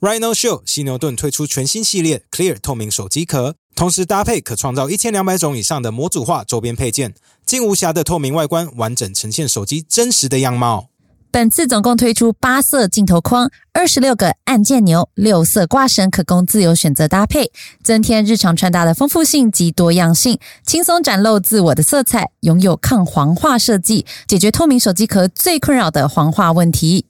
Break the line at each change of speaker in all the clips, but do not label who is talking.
Rhino Shield 犀牛盾推出全新系列 Clear 透明手机壳，同时搭配可创造一千两百种以上的模组化周边配件，金无瑕的透明外观完整呈现手机真实的样貌。
本次总共推出八色镜头框、二十六个按键钮、六色挂绳，可供自由选择搭配，增添日常穿搭的丰富性及多样性，轻松展露自我的色彩。拥有抗黄化设计，解决透明手机壳最困扰的黄化问题。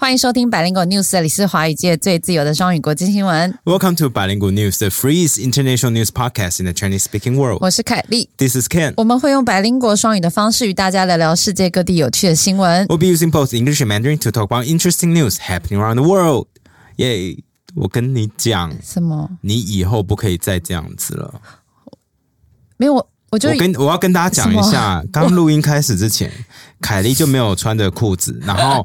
欢迎收听百灵狗 News，这里是华语界最自由的双语国际新闻。
Welcome to Bilingual News, the freest international news podcast in the Chinese-speaking world.
我是凯莉，
This is Ken.
我们会用百灵国双语的方式与大家聊聊世界各地有趣的新闻。
We'll be using both English and Mandarin to talk about interesting news happening around the world. 耶、我跟你讲，
什么？
你以后不可以再这样子了。
没有，我我就
我跟我要跟大家讲一下，刚录音开始之前，凯莉就没有穿着裤子，然 后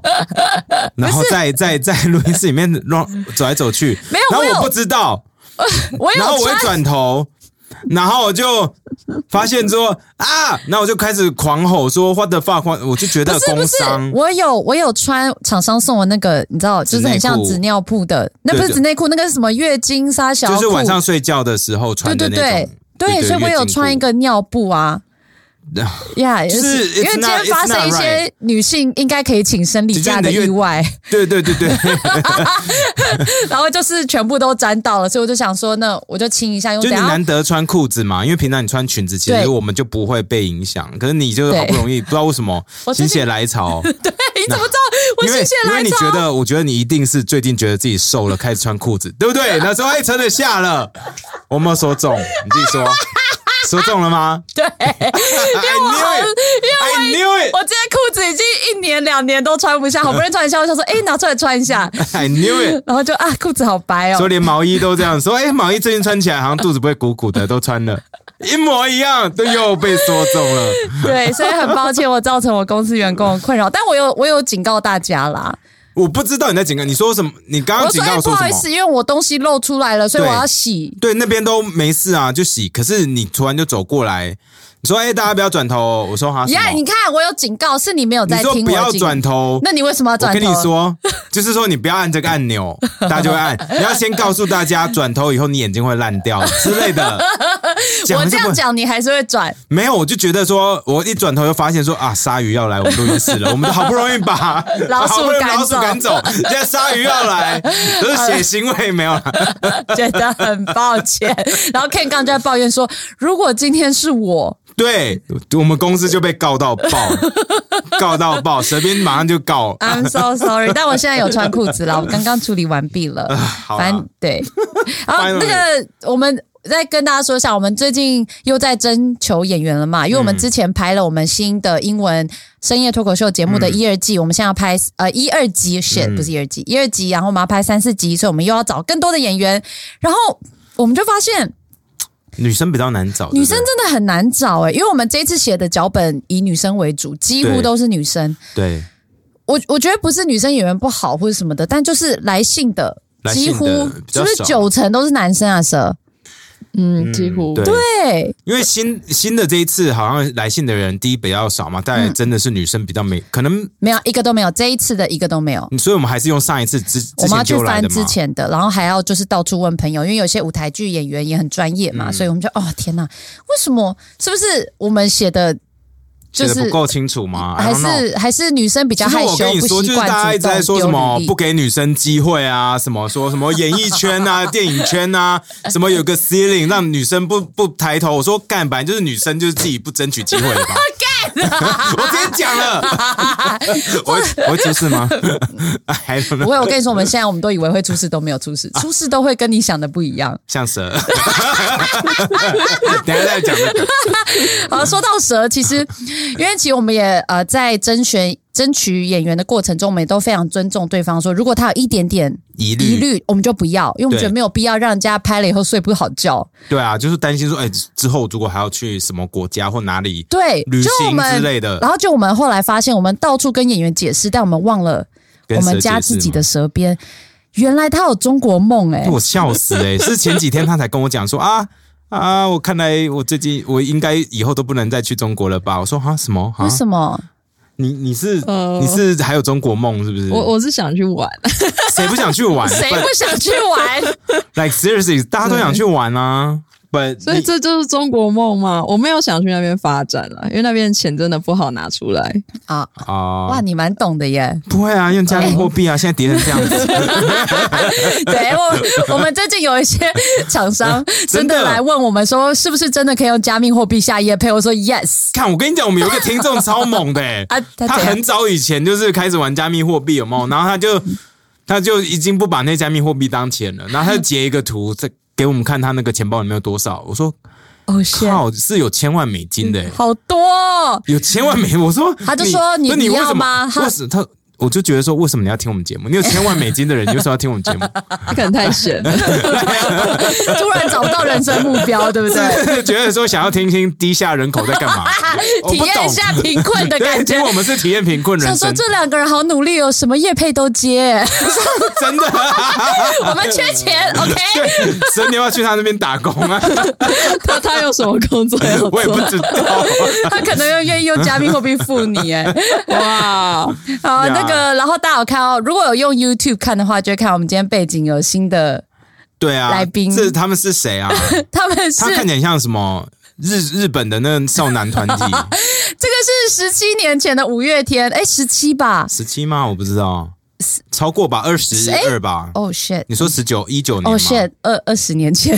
然后在在在录音室里面乱走来走去，
没有
然
我有
后我不知道，
我有
然后我一
穿
转头。然后我就发现说啊，然后我就开始狂吼说 “what the fuck”，what- 我就觉得
不是不
工
是
伤，，
我有我有穿厂商送我那个，你知道，就是很像
纸内裤
纸尿布的，那
对
不是
对
纸内裤，那个是什么月经纱小裤，
就是晚上睡觉的时候
对
穿的
对
那种。
对对，所以我有穿一，个尿布啊。呀、yeah,，
就是
因为
it's
今
not-
天发生一
it's not
些
right
女性应该可以请生理假的
就是你的
意
月
外，
对对对对，
然后就是全部都沾到了，所以我就想说，那我就清一下，因为
就
哦等
你
一下
难得穿裤子嘛，因为平常你穿裙子，其
对
实我们就不会被影响。可是你就是好不容易，不知道为什么
我
心
最近
血来 潮，
哎 你怎么知道我
因为
心血
因为
来
你觉
潮？
得，我觉得你一定是最近觉得自己瘦了，开始穿裤子， 对不对？那时候哎，撑得下了，我有没有说中，你自己 说，说中了吗？
对，
I knew it，I knew it，
啊我这件裤子已经一年两年都穿不下，好不容易穿一下，我想说，哎、拿出来穿一下，
I knew it。
然后就啊，裤子好白哦
说，连毛衣都这样说，哎、毛衣最近穿起来好像肚子不会鼓鼓的，都穿了，一模一样，都又被说中了。
对，所以很抱歉，我造成我公司员工的困扰，但我有我有警告大家啦。
我不知道你在警告，你说什么？你刚刚
我
啊警
说、
告
哎不
说
好
什
意
么？
思，因为我东西露出来了，所以我
对
要洗。
对，那边都没事啊，就洗。可是你突然就走过来，你说：“哎、大家不要转头哦。”我说：“哈，什
呀、
么
你看我有警告，是你没有
你
在
说
听
不
我
要
警
转头。
那你为什么要
我
转头？
跟你说，就是说你不要按这个按 钮，大家就会按。你要先告诉大家，转头以后你眼睛会烂掉之类 的。
我
了
这
就不
样讲你还是会转，
没有，我就觉得说，我一转头就发现说啊，鲨鱼要来我们录音室了。我们 好不容易把
老鼠
好不容易把
赶
老鼠
走
赶走，现在鲨鱼要来，都是血腥味没有啦。
觉得很抱歉。然后 Ken 刚就在抱怨说，如果今天是我，
对我们公司就被告到 爆，告到爆，随便马上就告。
I'm so sorry，但我现在有穿裤子了，我刚刚处理完毕了。
好啊啦
反正对， 然后
Finally
那个我们。再跟大家说一下，我们最近又在征求演员了嘛？因为我
嗯
们之前拍了我们新的英文深夜脱口秀节目
嗯
的一二季，我们现在要拍呃一二集，shit 不是一二集，一二集，然后我们要拍三四集，所以我们又要找更多的演员。然后我们就发现，
女生比较难找，
女生
对不
真的很难找欸
嗯
诶、因为我们这一次写的脚本以女生为主，几乎
对
都是女生。
对对
我我觉得不是女生演员不好或者什么的，但就是来信的
来
几
信的
乎
比
是
较
不是
少
九成都是男生啊？蛇
嗯，几乎
对，
对
因为新新的这一次好像来信的人第一比较少嘛，但真的是女生比较没可能，
没有一个都没有，这一次的一个都没有。
所以我们还是用上一次之之
我们要
前
去
丢来
翻
的
之
嘛。
前的，然后还要就是到处问朋友，因为有些舞台剧演员也很专业
嗯
嘛，所以我们就哦天哪，为什么？是不是我们写的
写
就
的
是
不够清楚吗？
还
I don't know
是还是女生比较
其实
害
我
羞
跟，你
不
说，就
习
是大家
惯
一直
主
在
动
说
丢
什么
履历
不给女生机会啊，什么说什么演艺圈啊、 电影圈啊，什么有个 ceiling 让女生不不抬头。我说干，本来就是女生就是自己不争取机会的 吧。 我直接讲了， 我我会出事 吗？还有呢
不，会，我跟你说，我们现在我们都以为会出事，都没有出 事，出事都会跟你想的不一样。
像蛇。 等一下再讲这个。
好，说到蛇，其实因为其实我们也呃在甄选争取演员的过程中，我们也都非常尊重对方说如果他有一点点
疑虑
疑虑，我们就不要，因为我们
对
觉得没有必要让人家拍了以后睡不好觉。
对啊，就是担心说，哎、之后如果还要去什么国家或哪里
对，
旅
就我
行
们
之类的，
然后就我们后来发现，我们到处跟演员解释，但我们忘了
跟
我们
蛇
家
解释
自己
嘛
的舌边。原来他有中国梦哎、
我笑死哎、是前几天他才跟我讲说啊啊，我看来我最近我应该以后都不能再去中国了吧？我说啊什么？啊
为什 么？
你你是、
呃
你是还有中国梦是不是？
我我是想去 玩，
谁不想去玩？
谁
But-
不想去玩？
Like seriously，大家都想去玩啊。But
所以这就是中国梦嘛。我没有想去那边发展了，因为那边钱真的不好拿出 来。
啊、哇，
啊，
你蛮懂的耶！
不会啊，用加密货币啊，现在跌成这样子，
对我，我们最近有一些厂商 真
真
的
的
来问我们说，是不是真的可以用加密货币下夜配？我说 yes
看我跟你讲，我们有一个听众超猛的、欸，
啊，他
他
怎样嗯
很早以前就是开始玩加密货币，有没有？然后他就他就已经不把那加密货币当钱了，然后他就截一个图，再给我们看他那个钱包里面有多少。我说
哦，是
靠，是有千万美金的、欸，
好多、哦。
有千万美金。我说
他就说
你
你
那你
你
为
要
什
吗
么？
他
为什他？我就觉得说，为什么你要听我们节目？你有千万美金的人，你为什么 要听我们节目？
可能太闲 了，
突然找不到人生目标，对不对？，
觉得说想要听听低下人口在干嘛 我
体
不
验一
懂。
下贫困的
对，
感
结
觉
果。我们是体验贫困人
想说
生，
这两个人好努力哦，什么业配都 接，
真的。
我们缺钱，OK？
对， 所以你要不要去他那边打工啊？
他他有什么工作要
我也不
做？
知道。
他可能又愿意用加密货币付 你，哎，
哇，
好，
呀
那个，然后大家有看哦，如果有用 YouTube 看的话，就会看我们今天背景有新的，
对啊，
来宾
这他们是谁啊？
他们 是
他看起来像什么日日本的那少男团体
这个是十七年前的五月天，哎，十七吧？
十七吗？我不知道，超过吧，二十二吧？
哦、shit，
你说十九一九年
哦、
吗
shit，二二十年前，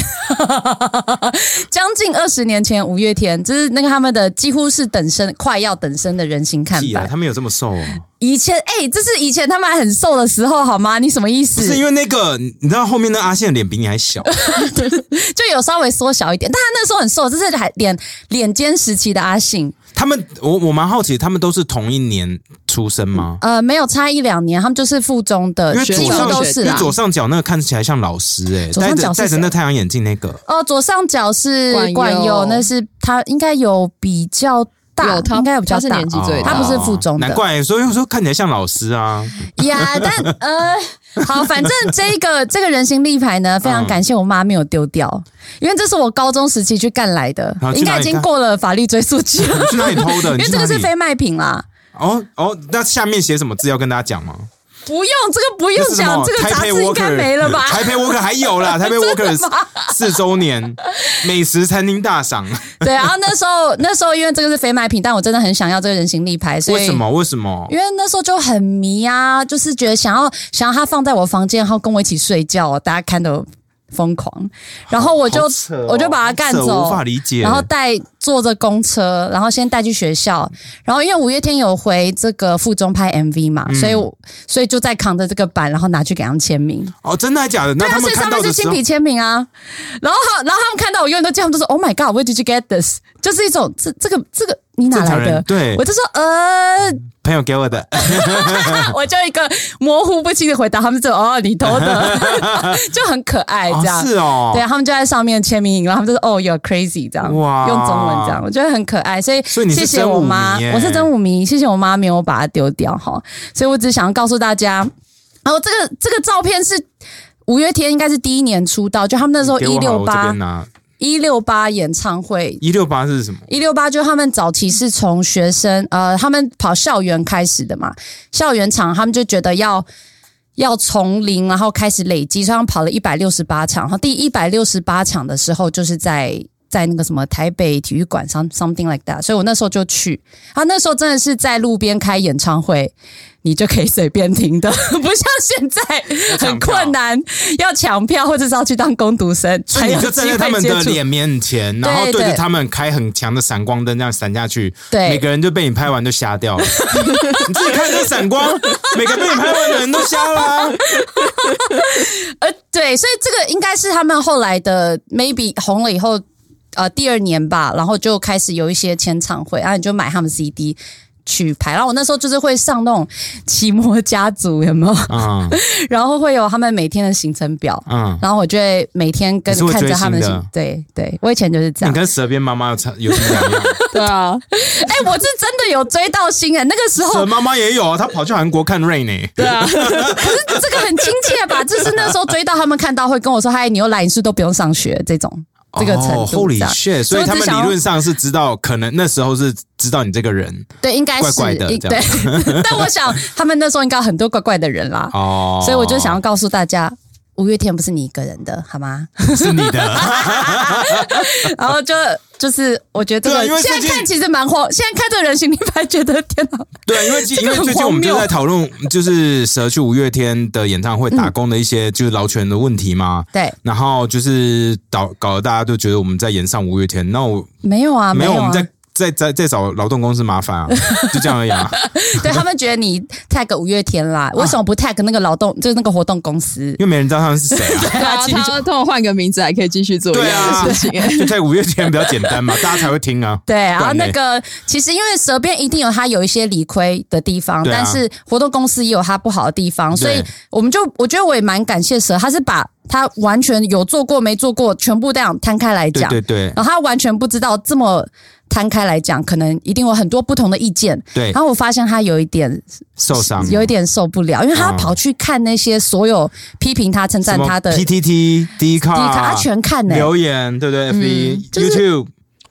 将近二十年前，五月天就是那个他们的几乎是等身，快要等身的人形看
屁啊，
板。
他们有这么瘦哦？
以前哎、这是以前他们还很瘦的时候好吗？你什么意思
不？是因为那个，你你知道后面那阿宪的脸比你还 小，
就有稍微缩小一点，但他那时候很瘦，这是还脸脸尖时期的阿信，
他们我我蛮好奇，他们都是同一年出生吗？
呃，没有差一两年，他们就是附中的
因为，
学
左
几乎
上
呃都是
因
啦
为。左上角那个看起来像老师哎、
左
戴
上角
着
是谁啊
戴着那太阳眼镜那个，
哦，左上角是
冠佑
冠佑，那是他应该有比较大
有，他
应该有比较
他是
大
年纪最
他
大
不是附中的
哦难怪所以说看起来像老师啊。
呀。但呃，好，反正这个 这个人形立牌呢，非常感谢我妈没有丢掉，因为这是我高中时期去干来的
好，去哪里
应该已经
干
过了法律追溯期了，
你去哪里偷的？
因
你
为
去
这个
哪
是
里
非卖品啦。
哦哦，那下面写什么字要跟大家讲吗？
不用这个，不用
那是什
讲，
么
这个杂
Taipei
志应该
Walker-
没了吧？
台北 Walker 还有 啦，台北 Walker 四周年美食餐厅大赏，
对，然后那时候那时候因为这个是非卖品，但我真的很想要这个人形立牌，所以
为什么？为什么
因？为那时候就很迷啊，就是觉得想要想要它放在我房间，然后跟我一起睡觉，大家看的疯狂。然后我就、
好扯哦
我就把它干
好扯我
走
无，法理解。
然后带坐着公车，然后先带去学校。然后因为五月天有回这个附中拍 MV 嘛，
嗯
所以我所以就在扛着这个板，然后拿去给他们签名。
哦，真的还假的？那
对啊，
他
所
们
以上
看
面
到
是
的时
亲
候
笔，签名啊。然后他，然后他们看到我用的叫他们都说 “Oh my God, where did you get this？” 就是一种这这个这个你哪
正常
来的
人？对
我就说呃，
朋友给我的，
哎 我就一个模糊不清的回答，他们就哦你 偷的，就很可爱
哦
这样。
是哦，
对，啊他们就在上面签名，然后他们就说哦 you're crazy 这样，
哇
用中文这样，我觉得很可爱。所以
所以你是
谢谢我
真
妈
武迷，耶
我是真武迷，谢谢我妈没有把它丢掉哈。所以我只想要告诉大家，然后这个这个照片是。五月天应该是第一年出道，就他们那时候
给我
一
好了
六
我这
八
边拿
一六八演唱会，
一六八是什么？
一六八就是他们早期是从学生呃，他们跑校园开始的嘛，校园场他们就觉得要要从零，然后开始累积，所以他们跑了一百六十八场，然后第一百六十八场的时候就是在。在那个什么台北体育馆上，something like that，所以我那时候就去，啊，那时候真的是在路边开演唱会，你就可以随便听的， 不像现在很困难，要抢票或者是要去当工读生，
所
才
以
有
你就
机
站在
会
他们
接
的
触
脸面前，然后
对
对着
对
他们开很强的闪光灯这样闪下去，
对
每个人就被你拍完就瞎 掉了。你自己看这闪光，每个被你拍完的人都瞎啊 啦、
呃，对，所以这个应该是他们后来的 maybe 红了以啊后，呃，第二年吧，然后就开始有一些签唱会，然后你就买他们 CD。曲牌，然后我那时候就是会上那种奇摩家族，有没有？
嗯
然后会有他们每天的行程表，
嗯，
然后我就会每天跟
你是会
看着他们
追星的
行。对对，我以前就是这
你
样。
跟蛇边妈妈有差有什么 两样？
对啊，
哎、我是真的有追到星哎、那个时候
蛇妈妈也有啊，她跑去韩国看 Rain 呢。
对 啊，
这个很亲切 吧？就是那时候追到他们看到会跟我说：“嗨，你又来，你是不是都不用上学这种这个程
哦
度。
，Holy
这样
shit！所以他们理论上是知道，可能那时候是知道你这个人
对，应该是
怪怪的
应
这样
对， 但我想他们那时候应该很多怪怪的人啦，
哦，
所以我就想要告诉大家。五月天不是你一个人的，好吗？
是你的，
然后就就是，我觉得这
对啊因为
个
最
现
近
在看其实蛮荒，现在看这个人形立牌，觉得天哪，
对，因为因
个
为
很
最近我们
荒
就
谬嗯
在讨论，就是蛇去五月天的演唱会打工的一些就是劳权的问题嘛。
对，
然后就是搞搞得大家都觉得我们在演上五月天，那我
没有啊，
没有，
有
我
啊
们，在在在在找劳动公司麻烦啊，就这样而已 啊。
对他们觉得你 tag 五月 天啦，为什么不 tag 那个劳动，就是那个活动公司？
因为没人知道他们是谁啊。
对啊，他通常换个名字还可以继续做一
对
样
啊
的事情、，
就在五月天比较简单嘛，大家才会听 啊。
对，然后
对
那个其实因为舌边一定有它有一些理亏的地方，
对啊
但是活动公司也有它不好的地方，所以
对
我们就我觉得我也蛮感谢蛇，他是把他完全有做过没做过全部这样摊开来
对
讲，
对对
然后他完全不知道这么摊开来讲，可能一定有很多不同的意见。
对
然，后我发现他有一点
受伤
有一点受不了，因为他
哦
跑去看那些所有批评他、称赞
什么
他的
PTT、D
低卡，
卡、
他全看呢、
留言，对不对？FB、
就是
YouTube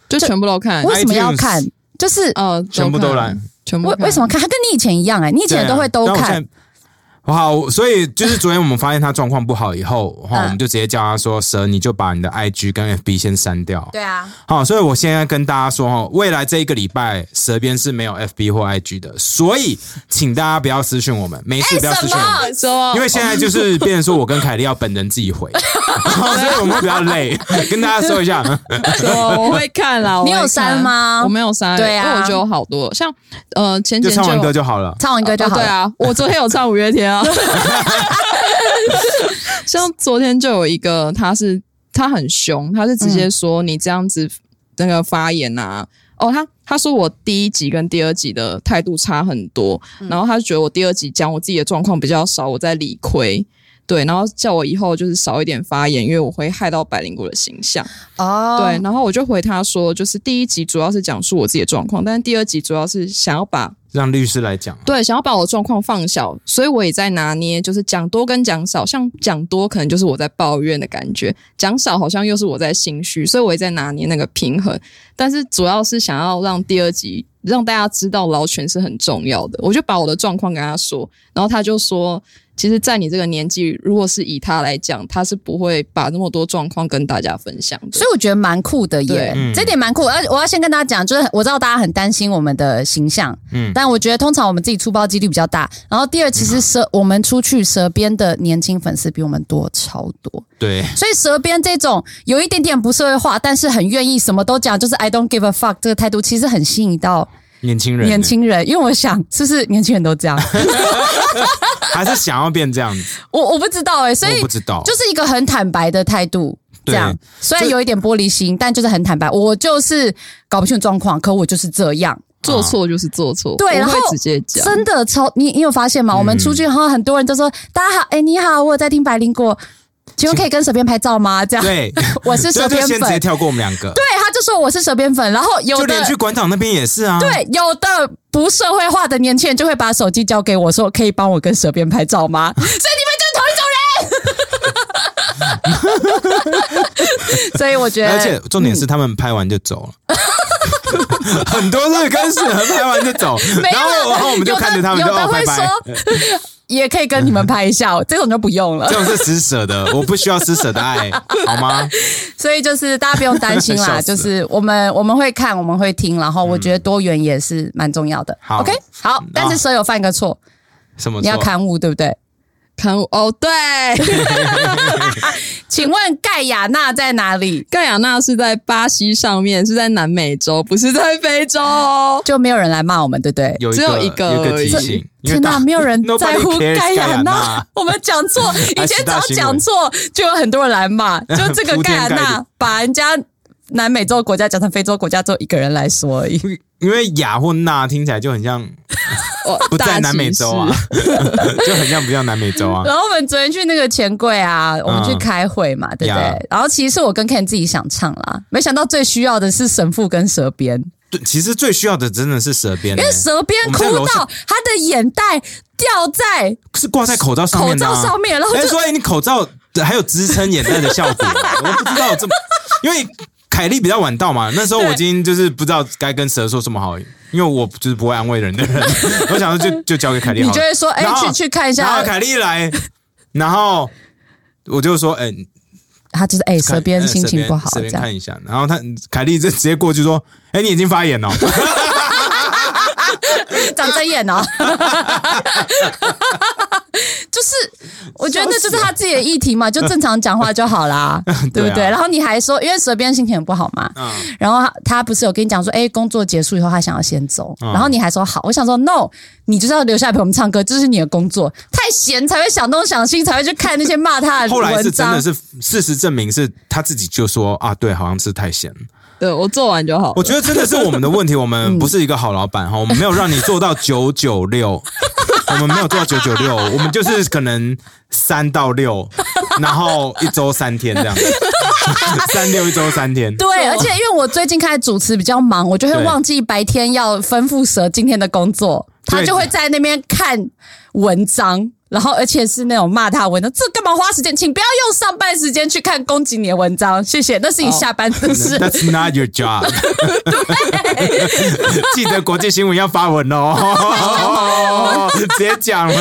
就全部都看。
为什么要
iTunes
看？就是
哦，都
全部都
看
来，
全部
为
看
为什么看？他跟你以前一样哎、你以
嗯对
前
啊
都会都
但我
看
现。在好，所以就是昨天我们发现他状况不好以后，哈、
嗯
我们就直接叫他说：“蛇，你就把你的 IG 跟 FB 先删掉。
对啊，”
好，所以我现在跟大家说，哈，未来这一个礼拜，蛇边是没有 FB 或 IG 的，所以请大家不要私讯我们，没事不要私讯我
哎
们。
说
因为现在就是变成说我跟凯莉要本人自己 回，然后所以我们会比较累，跟大家说一下。
说我会看啦。
你
我会
有删
看
吗
我没有删，
对啊
因为我觉得我好多，像呃前
就
前
唱完歌就好了。
唱完歌就好
哦
了。
对，啊，我昨天有唱五月天啊。 像昨天就有一个，他是他很凶，他是直接说你这样子那个发言啊。哦，他他说我第一集跟第二集的态度差很多，然后他就觉得我第二集讲我自己的状况比较少，我在理亏，对，然后叫我以后就是少一点发言，因为我会害到百灵果的形象。
哦
对，，然后我就回他说，就是第一集主要是讲述我自己的状况，但是第二集主要是想要把
让律师来讲。
对，想要把我的状况放小，所以我也在拿捏，就是讲多跟讲少。像讲多可能就是我在抱怨的感觉，讲少好像又是我在心虚，所以我也在拿捏那个平衡。但是主要是想要让第二集让大家知道劳权是很重要的，我就把我的状况跟他说，然后他就说，其实，在你这个年纪，如果是以他来讲，他是不会把那么多状况跟大家分享的
所。以我觉得蛮酷的耶
对，
嗯
这点蛮酷。而我要先跟大家讲，就是我知道大家很担心我们的形象，
嗯
但我觉得通常我们自己出包几率比较大。然后第二，其实蛇、我们出去蛇边的年轻粉丝比我们多超多，
对，
所以蛇边这种有一点点不社会化，但是很愿意什么都讲，就是 I don't give a fuck 这个态度，其实很吸引到
年轻人，
年轻人。因为我想，是不是年轻人都这 样？
还是想要变这样子，
我我不知道哎、所以
我不知道，
就是一个很坦白的态度，这
哦对
样虽然有一点玻璃心，但就是很坦白。我就是搞不清楚状况，可我就是这样，
做错就是做错，
啊对
不
然
会
后
直接讲。
真的超你你有发现
嗯
吗？我们出去，然后很多人都说：“大家好，哎、你好，我有在听百灵果，请问可以跟蛇边拍照吗？”这样，
对，
我是
所
蛇
以就
边
先
粉，
直接
对，
跳过我们两个，
他就说我是蛇边粉，然后有
就连
的
去。馆长那边也是啊，，
对，有的不社会化的年轻人就会把手机交给我说：“可以帮我跟蛇边拍照吗？” 所以你们就是 同一种人。 所以我觉得，
而且重点是他们拍完就走 了。很多是跟史恒拍完就走，
没有
然后然后我们就看着他们
有
就
的
哦
有的
拜
会
拜。
说，也可以跟你们拍 一下，这种就不用了
这。种是施舍 的，我不需要施舍的爱，好吗？
所以就是大家不用担心
笑
啦，
死
就
了嗯
是我们我们会看，我们会听，然后我觉得多元也是蛮重要的。
好
OK，好，但是蛇有犯个错，
什么错？
你要刊物对不对？
看我哦， 对，
请问盖亚纳在哪里？
盖亚纳是在巴西上面，是在南美洲，不是在非洲哦。
就没有人来骂我们，对不对？
有一
只有一
个
个
有一个提
而已
醒，因为
天
大
哪，没有 人
Nobody
在乎
cares
盖亚纳
纳，，
我们讲 错，以
还
前
是
只
大
要
新闻
讲错就有很多人来骂，就这个
铺天
盖亚
盖
纳
地
把人家南美洲国家讲成非洲国家，只有一个人来说而已。
因为雅或那听起来就很像
我
不在南美洲啊， 就很像不像南美洲啊。嗯
然后我们昨天去那个钱柜啊，我们去开会嘛，对不对
Yeah
然后其实是我跟 Ken 自己想唱啦，没想到最需要的是神父跟蛇鞭，
对，其实最需要的真的是舌边、
因为
欸，
蛇鞭
我们
哭
在楼
到
上
他的眼袋掉在
是挂在口罩上
口
面的、
罩
啊。
上面，然后
哎，
就
说哎，你口罩还有支撑眼袋的效果，我都不知道有这么，因为凯莉比较晚到嘛，那时候我已经就是不知道该跟蛇说什么好，因为我就是不会安慰人的人，我想说就就交给凯莉好
你
了。
就会说，哎、
然后
去去看一
然
下
后，凯莉来，然后我就说，哎、
他就是哎，
看
蛇鞭
呃
心情不好
随
这
便
样。
看一下。然后他凯莉就直接过去说，哎、你已经发炎 了。
长针眼哦， 就是我觉得那就是他自己的议题嘛，就正常讲话就好啦，对不对？
对啊
然后你还说，因为蛇鞭心情很不好嘛，
嗯
然后他他不是有跟你讲说，哎，工作结束以后他想要先走，
嗯
然后你还说好，我想说 no，你就是要留下来陪我们唱歌，这是你的工作，太闲才会想东想西，才会去看那些骂他的
后来
文
是真
章
的。是事实证明是他自己就说啊，对，好像是太闲了。
对我做完就好了。
我觉得真的是我们的问题，我
嗯
们不是一个好老板哈，我们没有让你做到九九 六，我们没有做到九九六，我们就是可能三到 六，然后一周三天这样，三六一周三天。
对，而且因为我最近开始主持比较忙，我就会
对
忘记白天要吩咐蛇今天的工作，他
对
就会在那边看文章，然后而且是那种骂他的文章，这干嘛花时间？请不要用上班时间去看攻击你的文章，谢谢，那
哦
是你下班的 事。
That's not your job 记得国际新闻要发文哦， 直接讲了。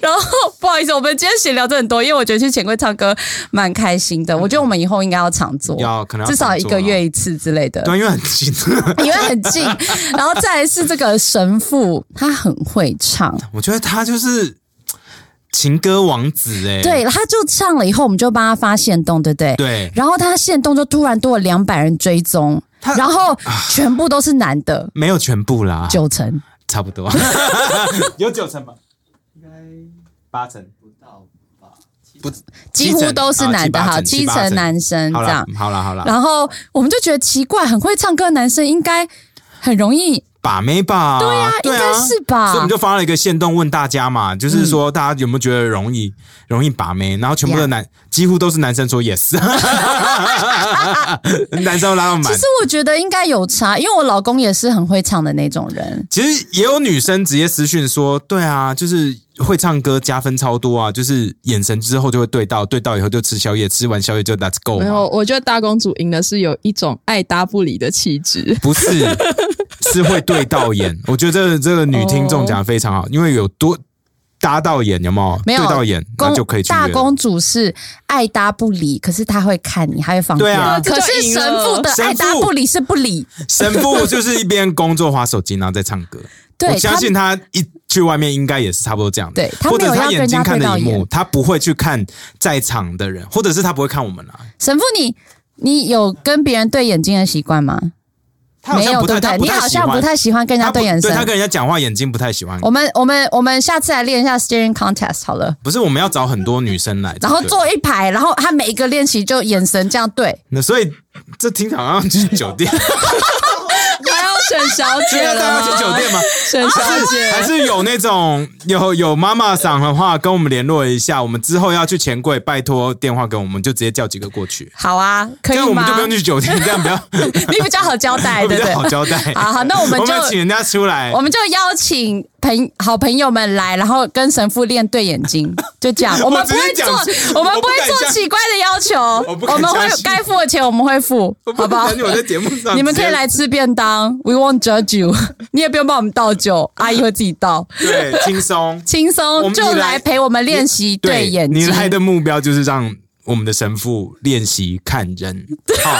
然后不好意思，我们今天闲聊真的很多，因为我觉得去钱柜唱歌蛮开心的，我觉得我们以后应该要常做，
嗯要可能要
至少
常
一
做
个
啊
月一次之类的。
对，因为很近，
因为很近，然后再来是这个神父，他很会唱，
我觉得他就是情歌王子哎、
对，他就唱了以后，我们就帮他发现动，对不对？。
对，
然后他现动就突然多了两百人追踪，
他啊
然后全部都是男的，
没有全部啦，
九成。
差不多， 有九成吧，应该八成不到吧，不
几
啊
乎都是男的，哈，七成男生
好
这
了
样。，
好了，好了，
然后我们就觉得奇怪，很会唱歌的男生应该很容易，
把妹吧，对啊
应该是吧
所以我们就发了一个线动问大家嘛，就是说大家有没有觉得容易容易把妹，然后全部的
Yeah
男几乎都是男生说 yes，男生拉到满
其实。我觉得应该有差，因为我老公也是很会唱的那种人。
其实也有女生直接私讯说，对啊，就是会唱歌加分超多啊，就是眼神之后就会对到，对到以后就吃宵夜，吃完宵夜就 Let's go 啊嘛。
没有，我觉得大公主赢的是有一种爱搭不理的 气质。
不是，是会对到眼。我觉得这个这个女听众讲的非常好，因为有多搭到眼，有没有？
没有
对到眼，那
公
就可以去约
大
了。
公主是爱搭不理，可是他会看你，还会防
对
边。
啊
可是神父的
神父
爱搭不理是不理，
神父就是一边工作划手机，然后在唱歌。
对
我相信他一去外面应该也是差不多这样的。
对他没
或
有
者他
要跟
眼
人家
睛看
对到
着荧幕
眼，
他不会去看在场的人，或者是他不会看我们啊。
神父你，你有跟别人对眼睛的习惯吗？
他好
没
像
有，
不
对
太，他不
不对？你
太
好
喜
像
欢
不太喜欢跟人家
他不
对眼
对他
神哦
跟。人家讲话眼睛不太喜欢。
我们我们我们下次来练一下 steering contest 好了，
不是，我们要找很多女生来，
然后
对不对
坐一排，然后他每一个练习就眼神这样对，
那，所以这听起来好像去酒店。
你要沈小
所以
姐
要带
了
他
吗
去酒 店吗？
沈
啊
小
还啊是还
姐，
是有那种有有妈妈赏的话，跟我们联络一下。我们之后要去钱柜，拜托电话给我们，我们就直接叫几个过去。
好啊，可
这
以
样我们
吗
就？不用去酒店，这样比较
你比较好交 代，
比
对
较
不对？
好交代。
好好那 我们就哦
要请人家出来
我。们就邀请朋好朋友们来，然后跟神父练对眼睛，就这样。我 们
我
不
直
会
接
做
讲，
我们
我
不
不
会
敢
做
相
奇怪的要求，
我不敢
我们会
相信
该付的钱我们会付，好不好
感？觉我在节目上，
你们可以来。吃便当，We won't judge you。你 也不用帮我们倒酒，阿姨会自己倒，
对，轻松。
轻
我
松
们
就
你
来
来
陪我们练习对眼
你
睛。
来的目标就是让我们的神父练习看人，好、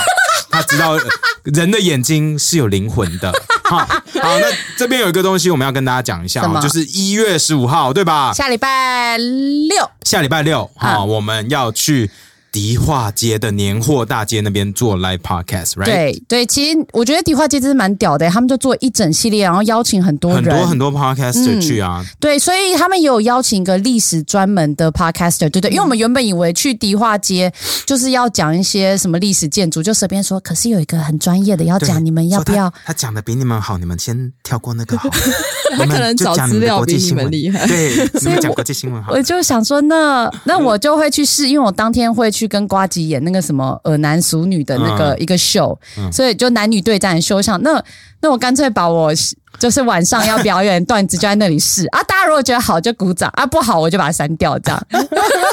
他知 道呃人的眼睛是有灵魂的。好，好，那这边有一个东西我们要跟大家讲一下
什么
哦，就是一月十五号，对吧？
下礼拜六嗯
下礼拜六啊、我们要去。迪化街的年货大街那边做 live podcast，right？，
对对，其实我觉得迪化街真是蛮屌的，他们就做一整系列，然后邀请很多
很
人，嗯
多很多 podcaster 去啊，
对，所以他们也有邀请一个历史专门的 podcaster，对不对，
嗯
因为我们原本以为去迪化街就是要讲一些什么历史建筑，就随便说，可是有一个很专业的要
对
讲，你们要
说
不
他
要？
他讲的比你们好，你们先跳过那个 好了。
他
我们
可能
就
找
讲
资
们的
料
国
比
际
你
新
们
闻
厉害
对，你
以
们讲
我
国际新闻好
我
了。
就想说那，那我就会去试，因为我当天会去跟瓜吉演那个什么耳男熟女的那个
嗯
一个秀，
嗯
所以就男女对战的秀上，那那我干脆把我就是晚上要表演段子就在那里试啊，大家如果觉得好就鼓掌啊，不好我就把它删掉，这样， 我觉得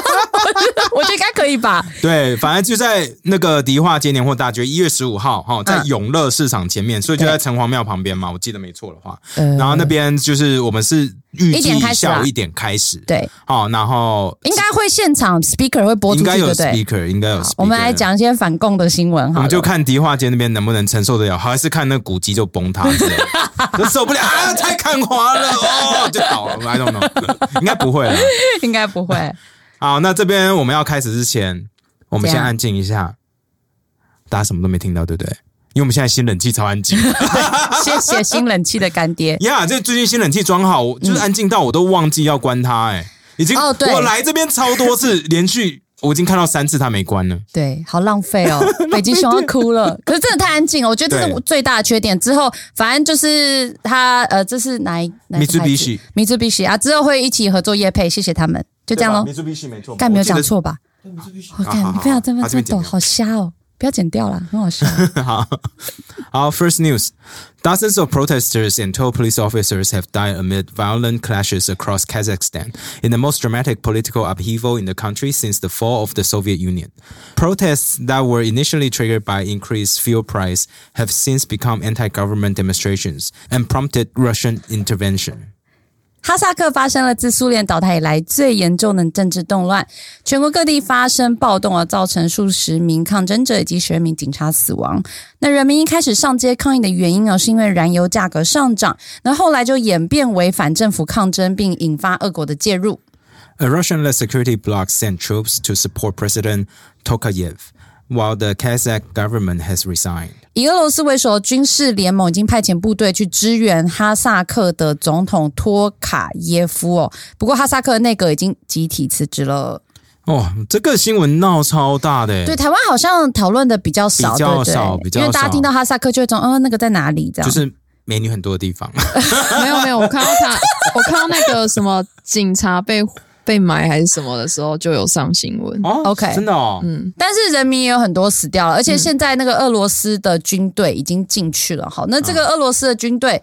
我觉得应该可以吧。
对，反正就在那个迪化街年货大街一月十五号哈，在
嗯
永乐市场前面，所以就
对
在城隍庙旁边嘛，我记得没错的话。
呃
然后那边就是我们是预
一
计
点开始啊
下午一点开始，
对，
好，然后
应该会现场 speaker 会播出
应
去，
该有
对不对？
speaker，应该有
好
speaker。
我们来，讲一些反共的新闻
我
好了，
们就看迪化街那边能不能承受得了，还是看那古迹就崩塌之类的， 就受不了啊，太看花了哦，就倒了。I don't know，应该不会了。
应该不会。
好，那这边我们要开始之前，我们
怎
先
样
安静一下，大家什么都没听到，对不对？因为我们现在新冷气超安 静，
谢谢新冷气的干爹。
呀这最近新冷气装好，我就是安静到我都忘记要关它、哎，已经、
嗯哦对
我来这边超多次，连续我已经看到三次它没关了。
对，好浪费哦，北极熊要哭了。可是真的太安静了，我觉得这是
对
我最大的缺点。之后反正就是他呃，这是哪一哪一个牌子
Mitsubishi
Mitsubishi 啊，之后会一起合作业配，谢谢他们，就这样喽。
珠必须没错吧，
干没有讲
我记
错吧？我
好好
干，
好
你不要这么
好这边
这
剪
抖，
掉
好瞎哦！不要剪掉啦，很好笑。
得。好，好，First news: Dozens of protesters and 12 police officers have died amid violent clashes across Kazakhstan in the most dramatic political upheaval in the country since the fall of the Soviet Union. Protests that were initially triggered by increased fuel price have since become anti-government demonstrations and prompted Russian intervention.
哈萨克发生了自苏联倒台以来最严重的政治动乱，全国各地发生暴动，而啊造成数十名抗争者以及十二名警察死亡。那人民一开始上街抗议的原因呢，是因为燃油价格上涨，那后来就演变为反政府抗争，并引发俄国的介入。
A Russian-led security bloc sent troops to support President Tokayev, while the Kazakh government has resigned.
以俄罗斯为首的军事联盟已经派遣部队去支援哈萨克的总统托卡耶夫哦，不过哈萨克内阁已经集体辞职了。
哦，Oh, 这个新闻闹超大的欸，
对，台湾好像讨论的比较少，
比较
对不对
少比较
因为大家
少
听到哈萨克就会讲，嗯、那个在哪里这样。
就是美女很多的地方。
没有没有，我看到他，我看到那个什么警察被被埋还是什么的时候，就有上新闻。
哦
OK 嗯
真的哦，
但是人民也有很多死掉了，而且现在那个俄罗斯的军队已经进去了。好，那这个俄罗斯的军队，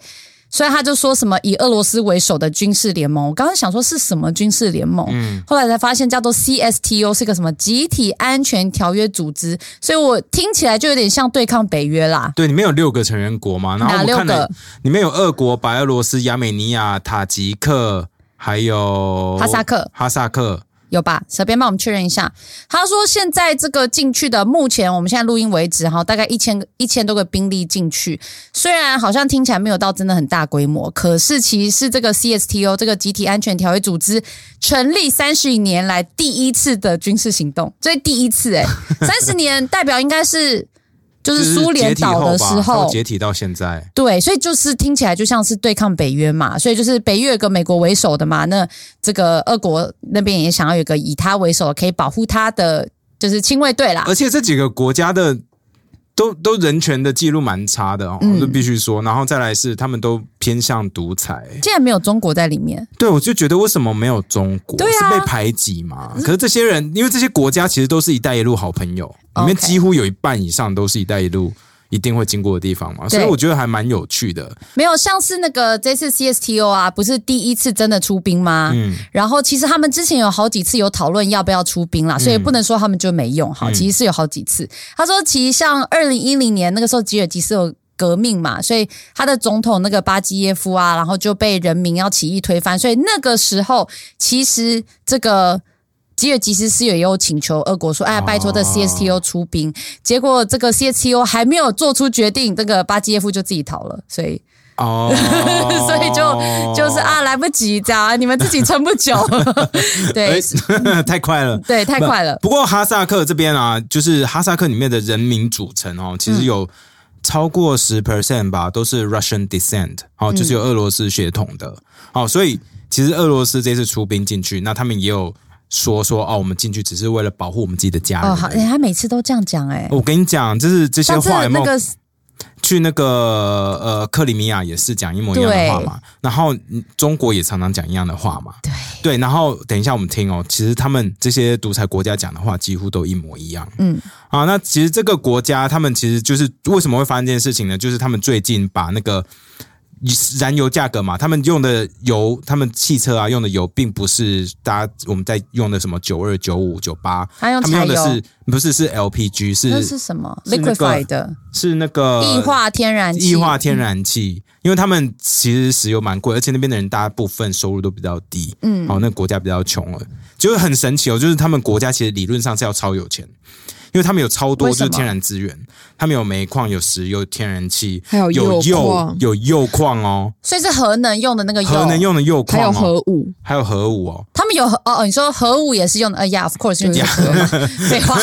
所以他就说什么以俄罗斯为首的军事联盟，我刚刚想说是什么军事联盟，
嗯
后来才发现叫做 CSTO，是个什么集体安全条约组织，所以我听起来就有点像对抗北约啦。
对，里面有六个成员国嘛，然后
哪
我们
六
看了
个
里面有俄国、白俄罗斯、亚美尼亚、塔吉克，还有
哈萨克
哈萨克。
有吧？小编帮我们确认一下。他说现在这个进去的，目前我们现在录音为止哈，大概一千一千多个兵力进去。虽然好像听起来没有到真的很大规模，可是其实是这个 CSTO 这个集体安全条约组织成立三十年来第一次的军事行动，这是第一次 哎、欸，三十年代表应该是
就
就
是
苏联
解体
倒
后
的时
吧
候
到解体到现在，
对，所以就是听起来就像是对抗北约嘛，所以就是北约有个美国为首的嘛，那这个俄国那边也想要有一个以他为首可以保护他的就是亲卫队啦
而。且这几个国家的都都人权的记录蛮差的哦，
嗯
就必须说。然后再来是他们都偏向独裁，
竟然没有中国在里面，
对，我就觉得为什么没有中国？
对啊
是被排挤嘛？可是这些人，因为这些国家其实都是一带一路好朋友，里
嗯 OK
面几乎有一半以上都是一带一路一定会经过的地方嘛，所以
对
我觉得还蛮有趣的。
没有像是那个这次 CSTO 啊，不是第一次真的出兵吗？
嗯，
然后其实他们之前有好几次有讨论要不要出兵啦，所以不能说他们就没用哈。其实是有好几次，他说其实像二零一零年那个时候吉尔吉斯有。革命嘛，所以他的总统那个巴基耶夫啊，然后就被人民要起义推翻，所以那个时候其实这个吉尔吉斯斯也有请求俄国说，哎，拜托这 CSTO 出兵，结果这个 CSTO 还没有做出决定，这个巴基耶夫就自己逃了，所以，
哦
所以就 就是啊，来不及这样，你们自己撑不久。
哎，
对啊
太快了。
对，太快了。
不过哈萨克这边啊，就是哈萨克里面的人民组成哦，其实
嗯
有超过十 percent 吧，都是 Russian descent，哦，
嗯
就是有俄罗斯血统的。哦，所以其实俄罗斯这次出兵进去，那他们也有说说哦，我们进去只是为了保护我们自己的家人。
哦，好，哎他每次都这样讲，哎，
我跟你讲，就是这些
上次
话有没
那
有
个
去那个呃克里米亚也是讲一模一样的话嘛，然后嗯中国也常常讲一样的话嘛，
对
对，然后等一下我们听哦，其实他们这些独裁国家讲的话几乎都一模一样，
嗯
嗯啊，那其实这个国家他们其实就是为什么会发生这件事情呢？就是他们最近把那个燃油价格嘛，他们用的油，他们汽车啊用的油，并不是大家我们在用的什么九二九五九八，
他用
他们
柴
用的
油
是，不是是 LPG
那
是
是什么
是那个
？liquefied 的
是那个
液化天然气，
液化天然气，因为他们其实石油蛮贵，而且那边的人大部分收入都比较低，嗯，哦，那国家比较穷了，就是很神奇哦，就是他们国家其实理论上是要超有钱，因为他们有超多
为
就
什么
是天然资源，他们有煤矿、有石油、天然气，
还有
有
铀矿
有铀矿哦，
所以是核能用的那个铀
核能用的铀
还有
矿哦，
核武，
还有核武哦，
他们有核哦哦，你说核武也是用的，呃，Yeah，of course 就是核嘛，废话。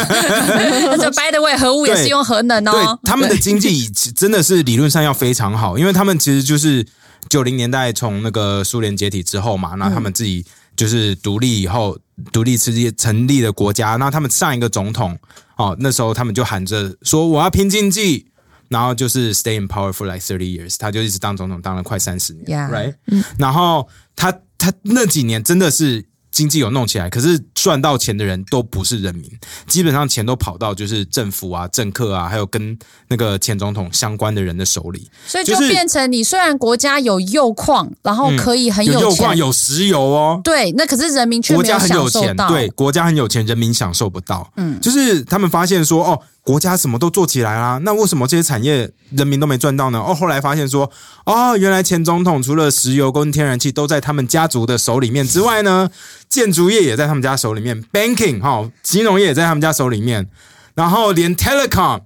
就 By the way，核武也是用核能
对
哦，。
他们的经济真的是理论上要非常好，因为他们其实就是九零年代从那个苏联解体之后嘛，那他们自己就是独立以后，独立世界成立的国家，那他们上一个总统哦，那时候他们就喊着说我要拼经济。然后就是 stay in power for like thirty years，他就一直当总统，当了快三十年
Yeah
，right？、然后他他那几年真的是经济有弄起来，可是赚到钱的人都不是人民，基本上钱都跑到就是政府啊、政客啊，还有跟那个前总统相关的人的手里。
所以就
就是嗯
变成你虽然国家有铀矿，然后可以很
有铀
钱
矿，，有石油哦，
对，那可是人民却
国
没
家很
享
有
受
钱，
到。
对，国家很有钱，人民享受不到。嗯，就是他们发现说，哦，国家什么都做起来啦、那为什么这些产业人民都没赚到呢？哦，后来发现说，哦，原来前总统除了石油跟天然气都在他们家族的手里面之外呢，建筑业也在他们家手里面，banking 哈、金融业也在他们家手里面。然后连 telecom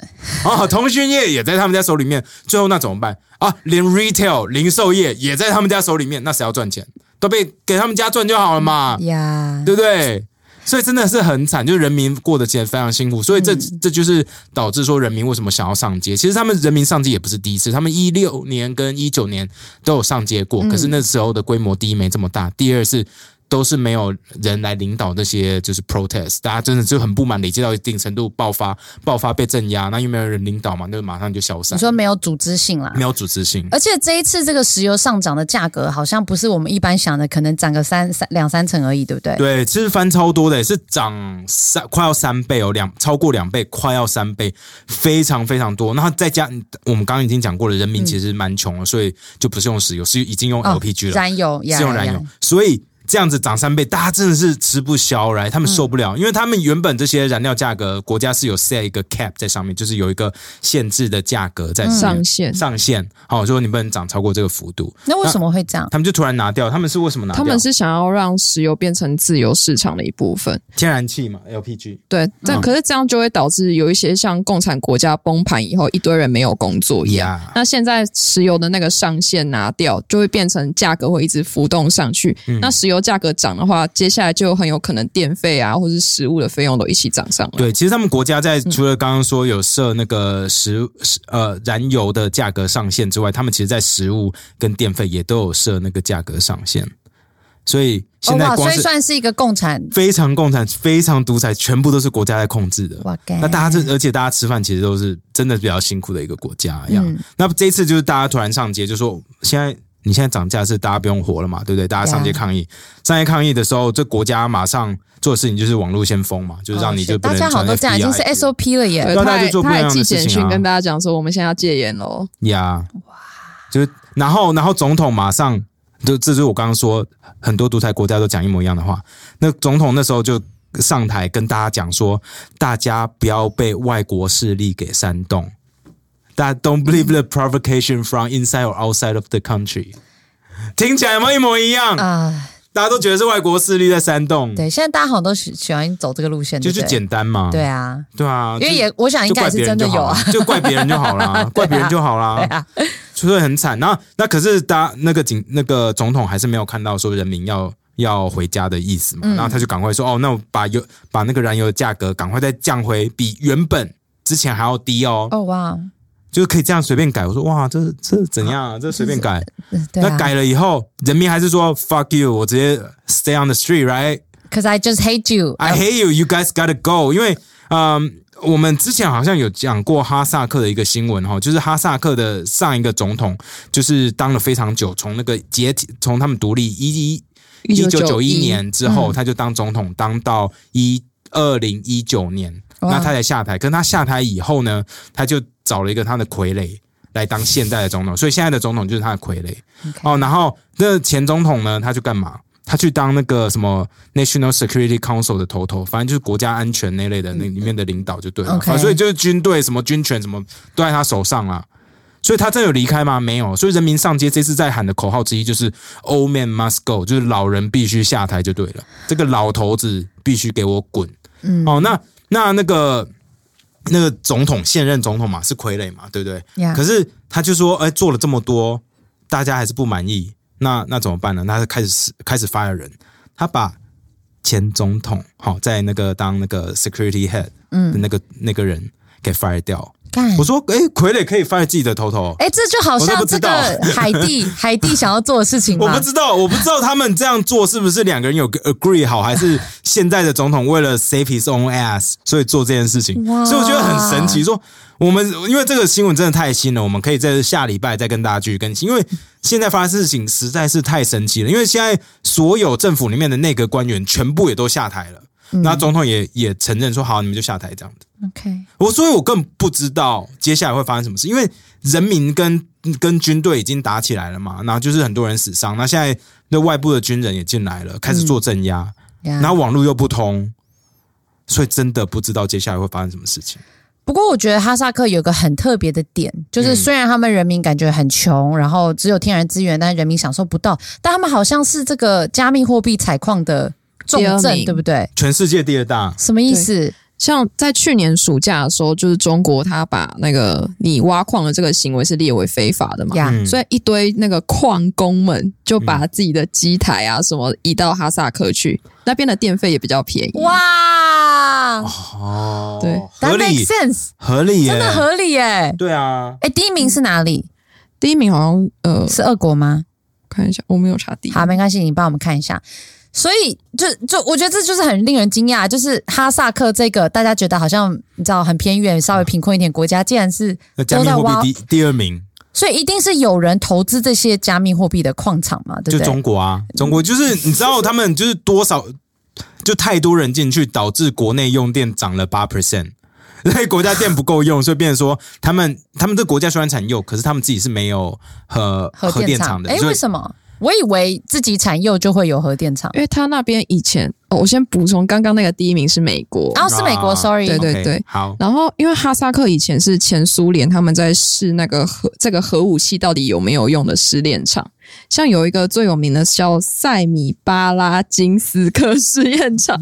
啊，通讯业也在他们家手里面。最后那怎么办啊？连 retail 零售业也在他们家手里面，那谁要赚钱？都被给他们家赚就好了嘛。
呀，
对不对？所以真的是很惨，就是人民过得其实非常辛苦，所以
嗯
这、这就是导致说人民为什么想要上街。其实他们人民上街也不是第一次，他们一六年跟一九年都有上街过，
嗯
可是那时候的规模第一没这么大，第二是都是没有人来领导那些就是 protest，大家真的就很不满，累积到一定程度爆发，爆发被镇压，那又没有人领导嘛，那就马上就消
你
散，
说没有组织性啦。
没有组织性。
而且这一次这个石油上涨的价格，好像不是我们一般想的，可能涨个三三两三成而已，对不对？
对，其实翻超多的，是涨三快要三倍哦，两超过两倍，快要三倍，非常非常多。那再加嗯我们刚刚已经讲过了，人民其实蛮穷了，所以就不是用石油，是已经用
哦
LPG 了，
燃油，呀
是用燃油，所以。这样子涨三倍，大家真的是吃不消来，他们受不了，因为他们原本这些燃料价格，国家是有 set 一个 cap 在上面，就是有一个限制的价格在上面
上限
上限，好、哦，说你不能涨超过这个幅度，
那为什么会这样？
他们就突然拿掉，他们是为什么拿掉？
他们是想要让石油变成自由市场的一部分。
天然气嘛，LPG，
对，
嗯
但可是这样就会导致有一些像共产国家崩盘以后，一堆人没有工作一样。
呀
那现在石油的那个上限拿掉，就会变成价格会一直浮动上去。
嗯
那石油价格涨的话，接下来就很有可能电费啊，或是食物的费用都一起涨上来。
对，其实他们国家
嗯
在除了刚刚说有设那个食食呃燃油的价格上限之外，他们其实在食物跟电费也都有设那个价格上限，所以
哦
现在
哇，所
光
以
是
算是一个共产。
非常共产、非常独裁，全部都是国家在控制的。
哇干
那大家这，而且大家吃饭其实都是真的比较辛苦的一个国家一样。
嗯
那这一次就是大家突然上街，就说现在你现在涨价是大家不用活了嘛，对不对？大家上街抗议，上街抗议的时候，这国家马上做的事情就是网络先封嘛，就是让你就不
哦大
能
家好像
传
都这样，已
FBI
经是 SOP 了耶。
对，
那大
他
家
还
就做不
他
一样
还
的
寄
事情啊
简讯跟大家讲说，我们现在要戒严喽。
呀，就是然后然后总统马上就这就是我刚刚说很多独裁国家都讲一模一样的话，那总统那时候就。上台跟大家讲说，大家不要被外国势力给煽动。大家 don't believe the provocation from inside or outside of the country。听起来有没有一模一样？
啊，
大家都觉得是外国势力在煽动，
对，现在大家好像都喜喜欢走这个路线，
就
对
是
不对
简单嘛。
对啊，
对啊，
因为
就
也我想应
就
该
怪
也是
别人
真的
就
有
好
啊
了，，就怪别人就好啦，怪别人就好啦。所以很惨。然后那可是大那个警那个总统还是没有看到说人民要要回家的意思嘛，
嗯
然后他就赶快说哦，那我把油把那个燃油的价格赶快再降回比原本之前还要低哦，
哦哇，
就是可以这样随便改。我说哇，这这怎样、啊？这随便改。
哦 对啊
那改了以后，人民还是说 fuck you，我直接 stay on the street right。
，Cause I just hate you，
I hate you, you guys gotta go。因为，嗯，我们之前好像有讲过哈萨克的一个新闻哈，就是哈萨克的上一个总统就是当了非常久，从那个解体，从他们独立一一一九九一
1991
年之后，他就当总统，当到一二零一九年，
哇
那他才下台。跟他下台以后呢，他就找了一个他的傀儡。来当现在的总统，所以现在的总统就是他的傀儡
OK
哦。然后那前总统呢，他去干嘛？他去当那个什么 National Security Council 的头头，反正就是国家安全那类的那里面的领导就对了。
OK
啊所以就是军队什么军权什么都在他手上啦。所以他真的有离开吗？没有。所以人民上街这次在喊的口号之一就是 “Old man must go”，就是老人必须下台就对了。这个老头子必须给我滚。嗯，哦，那那那个那个总统现任总统嘛是傀儡嘛，对不对
Yeah
可是他就说，哎、做了这么多，大家还是不满意，那那怎么办呢？那他开始开始 fire 人，他把前总统好、在那个当那个 security head 的那个、那个人给 fire 掉。
干
我。说，哎、傀儡可以 fire 自己的头头。
哎，这就好
我都
像
不
这
知
个
道
海 蒂海蒂想要做的事情
我不
嘛，
知道，我不知道他们这样做是不是两个人有个 agree 好，还是现在的总统为了 save his own ass，所以做这件事情。
哇
所以我觉得很神奇。说我们因为这个新闻真的太新了，我们可以在下礼拜再跟大家继续更新，因为现在发生的事情实在是太神奇了。因为现在所有政府里面的内阁官员全部也都下台了，
嗯
那总统也也承认说好，你们就下台这样子。
OK，
我所以，我更不知道接下来会发生什么事，因为人民跟跟军队已经打起来了嘛，然后就是很多人死伤，那现在那外部的军人也进来了，开始做镇压，
呀
然后网络又不通，所以真的不知道接下来会发生什么事情。
不过我觉得哈萨克有个很特别的点，
嗯
就是虽然他们人民感觉很穷，然后只有天然资源，但人民享受不到，但他们好像是这个加密货币采矿的重
第二
镇，
名
对不对？
全世界第二大，
什么意思？
像在去年暑假的时候，就是中国他把那个你挖矿的这个行为是列为非法的嘛，
呀
嗯
所以一堆那个矿工们就把自己的机台啊什么移到哈萨克去，
嗯
那边的电费也比较便宜。
哇
哦，
对
合
，That
理
makes，sense，
合理耶，
真的合理耶、
对啊，
哎，第一名是哪里？
第一名好像呃，
是俄国吗？
看一下，我没有查第一。
好，没关系，你帮我们看一下。所以，就就我觉得这就是很令人惊讶，就是哈萨克这个大家觉得好像你知道很偏远、稍微贫困一点国家，竟然是
嗯那加
都
密
在
货
挖
币第第二名
所以一定是有人投资这些加密货币的矿场嘛，对
就
不对
中？国啊，中国就是你知道他们就是多少，就太多人进去，导致国内用电涨了八 percent。所以国家电不够用，所以变成说他们他们这国家虽然产油，可是他们自己是没有核
核电
厂
厂，
的
哎，，
所
为
以
什么？我以为自己产油就会有核电厂，
因为他那边以前，哦、我先补充，刚刚那个第一名是美国，
然后是美国
啊
，sorry，
对对
OK，好，
然后因为哈萨克以前是前苏联，他们在试那个核这个核武器到底有没有用的试炼场，像有一个最有名的叫塞米巴拉金斯克试验 场，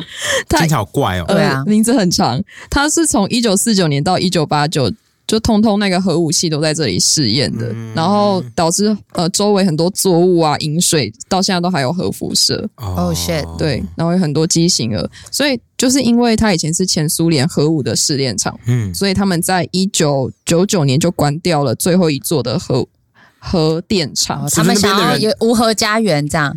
它
听起来好怪哦。
对啊
呃、名字很长，它是从一九四九年到一九八九。就通通那个核武器都在这里试验的，
嗯
然后导致呃周围很多作物啊、饮水到现在都还有核辐射。
哦
Oh shit，
对，然后有很多畸形儿，所以就是因为它以前是前苏联核武的试炼场，
嗯，
所以他们在一九九九年就关掉了最后一座的核核电厂
哦，
是
他们
那边
想
的
要
人
有无核家园这样。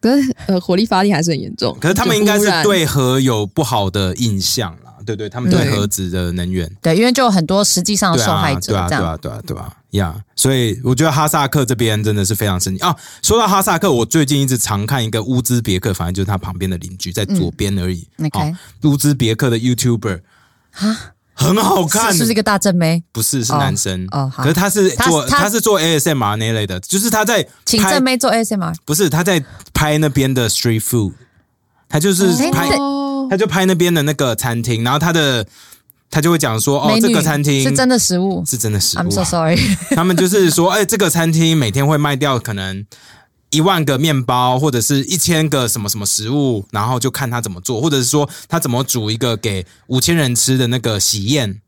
可是呃火力发电还是很严重。
可是他们
就
应该
污
是
染
对核有不好的印象啦，对不对，他们对
对
核子的能源。
对，因为就有很多实际上的
对
受害者
啊，
这
对啊，
样。
对啊，对啊，对啊，呀、所以我觉得哈萨克这边真的是非常神奇啊。说到哈萨克，我最近一直常看一个乌兹别克，反正就是他旁边的邻居，在左边而已。
嗯，OK
哦乌兹别克的 YouTuber
啊，
很好看，
是是这个大正妹，
不是是
哦
男生
哦好
可是他是
他
做
他
他是做 ASMR 那类的，就是他在
请
拍
正妹做 ASMR。
不是他在拍那边的 street food，他就是
哎
拍、
那
哦，
他就拍那边的那个餐厅，然后他的他就会讲说哦
美
这
女
个餐厅
是真的食物。
是真的食物啊。
I'm so sorry。
他们就是说，哎、这个餐厅每天会卖掉可能一万个面包，或者是一千个什么什么食物，然后就看他怎么做，或者是说他怎么煮一个给五千人吃的那个喜宴。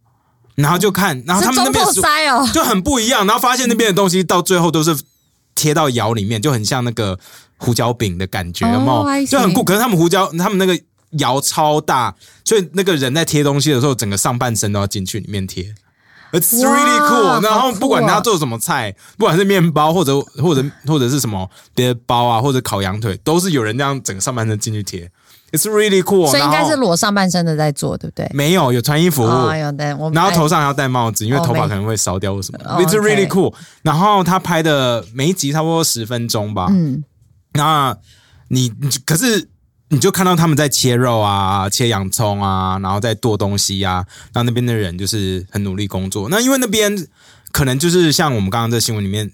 然后就看，然后他
是
们那
中
边
破
是
塞 哦，
就很不一样，然后发现那边的东西到最后都是贴到窑里面，就很像那个胡椒饼的感觉，
哦
有没
I
有
see
就很酷。可是他们胡椒，他们那个窑超大，所以那个人在贴东西的时候，整个上半身都要进去里面贴。It's really
哇
cool。然
好
后
酷哦
不管他做什么菜，不管是面包或者或者或者是什么别的包啊，或者烤羊腿，都是有人这样整个上半身进去贴。It's really cool。
所以应该
然后
是裸上半身的在做，对不对？
没有有穿衣服。
哎呦，对，我
然后头
哎
上还要戴帽子，因为
哦
头发
没
可能会烧掉或什么的。
哦
It's really
OK
cool。然后他拍的每一集差不多十分钟吧。
嗯，
那你你可是你就看到他们在切肉啊，切洋葱啊，然后在剁东西啊。然后那边的人就是很努力工作。那因为那边可能就是像我们刚刚在新闻里面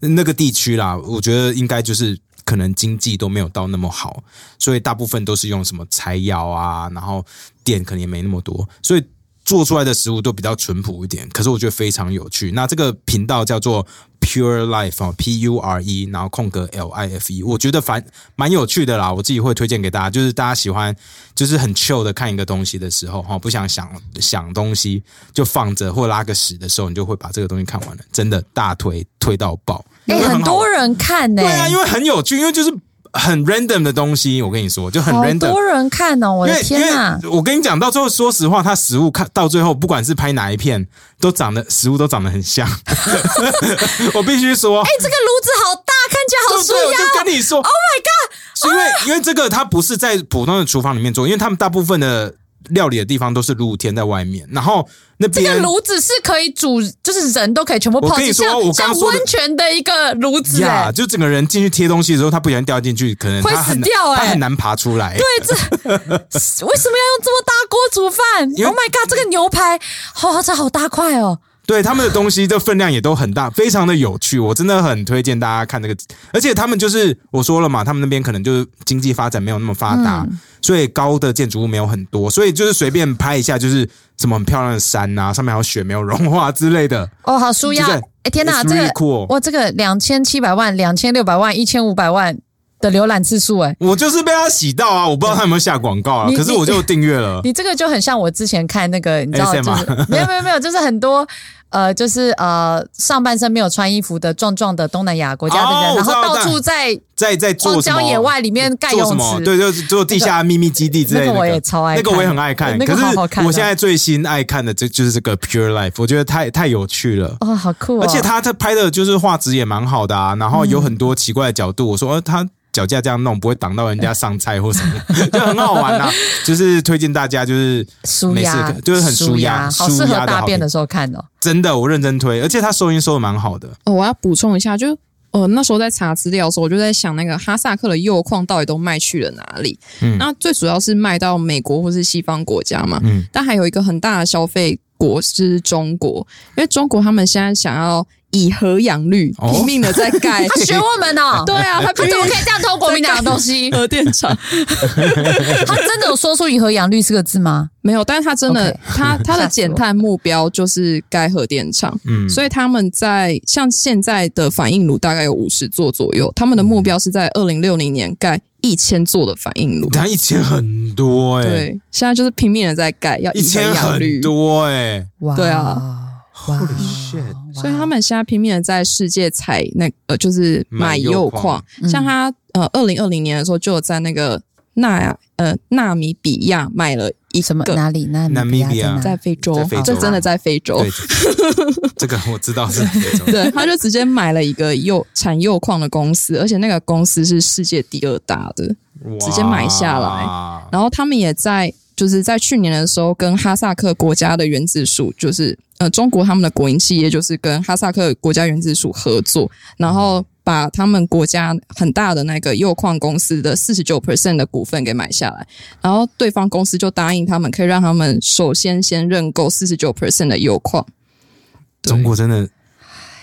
呃那个地区啦，我觉得应该就是可能经济都没有到那么好，所以大部分都是用什么柴窑啊，然后电可能也没那么多，所以做出来的食物都比较淳朴一点。可是我觉得非常有趣。那这个频道叫做 Pure Life 哦，P U R E，然后空格 L I F E，我觉得反蛮有趣的啦，我自己会推荐给大家。就是大家喜欢就是很 chill 的看一个东西的时候，哈，不想想想东西就放着或拉个屎的时候，你就会把这个东西看完了，真的大推推到爆。因为
哎很
好
多人看呢，
对啊，因为很有趣，因为就是很 random 的东西，我跟你说，就很
好
random
多。人看哦，我
因
的
为因
天哪！
为我跟你讲，到最后说实话，它食物看到最后，不管是拍哪一片，都长得食物都长得很像。 我必须说，
哎，这个炉子好大，看起来
对
好
不
舒
对？我
压。哦
就跟你说，Oh my god！是因为因为这个它不是在普通的厨房里面做，因为他们大部分的料理的地方都是露天在外面，然后那
这个
边
炉子是可以煮，就是人都可以全部泡
我跟
进
你
去，
说
像
我刚
像
说的
温泉的一个炉子
呀
哎，
就整个人进去贴东西的时候，他不小心掉进去，可能
会
他很
死掉欸
他很难爬出来。
对，这 为什么要用这么大锅煮饭
因为
？Oh my god，这个牛排，好、好这好大块哦！
对他们的东西的分量也都很大，非常的有趣，我真的很推荐大家看这个。而且他们就是我说了嘛，他们那边可能就是经济发展没有那么发达，
嗯
所以高的建筑物没有很多，所以就是随便拍一下，就是什么很漂亮的山啊，上面还有雪没有融化之类的。
哦，好舒压
就是！
哎，天哪，
it's
这
really
个
cool
哇，这个两千七百万、两千六百万、一千五百万的浏览次数，哎，
我就是被他洗到啊，我不知道他有没有下广告啊，
你
可是我就订阅了。
你这个就很像我之前看那个，你知道，
ASMR
就是没有没有没有，就是很多。呃，就是呃，上半身没有穿衣服的壮壮的东南亚国家的人，
哦我
然
知道
后到
但
处在
在在做
荒
什
郊
么？
野外里面盖
做
泳
什么？
池，
对，就是做地下秘密基地之类的、
那个我也超爱
那
看
个我也很爱看。
那个
可是
好好看啊
我现在最新爱看的这就是这个 Pure Life，我觉得太太有趣了。
哦，好酷哦！
而且他他拍的就是画质也蛮好的啊，然后有很多奇怪的角度。我说、呃、他脚架这样弄不会挡到人家上菜或什么，就很好玩 啊。就是推荐大家，就是
舒
没事
压
可就是很舒压
好适
舒
合
压的
大
好
便
评
的时候 看哦。
真的我认真推，而且他收音收的蛮好的。
哦，我要补充一下，就呃那时候在查资料的时候，我就在想那个哈萨克的铀矿到底都卖去了哪里？
嗯
那最主要是卖到美国或是西方国家嘛。
嗯
但还有一个很大的消费国是中国，因为中国他们现在想要以核养绿，
哦
拼命的在盖。
他学我们 哦，
对啊，他
他
拼
怎么
命
可以这样偷国民党的东西？
核电厂
啊
他真的有说出“以和养绿”四个字吗？
没有，但是他真的
OK
他他的减碳目标就是盖核电厂。
嗯，
所
以
以他们在像现在的反应炉大概有五十座左右，他们的目标是在二零六零年盖一千座的反应炉。
他以前很多哎、
对，现在就是拼命的在盖，要
一千
以养绿
很。多哎、
哇，
对啊
哇
Holy shit
哇
所以他们现在拼命的在世界采那呃，就是买铀矿。
嗯
像他呃，二零二零年的时候就有在那个纳呃纳米比亚买了一
什么
个
哪里？那
纳米比亚
在非洲
嗯在非，洲啊
这真的在非洲。
对， 这个我知道是哪种。
对，他就直接买了一个铀产铀矿的公司，而且那个公司是世界第二大的。
直
直接买下
来。
然后他们也在就是在去年的时候跟哈萨克国家的原子署，就是呃中国他们的国营企业就是跟哈萨克国家原子署合作，然后把他们国家很大的那个铀矿公司的四十九 percent 的股份给买下来，然后对方公司就答应他们可以让他们首先先认购四十九 percent 的铀矿。对
中国真的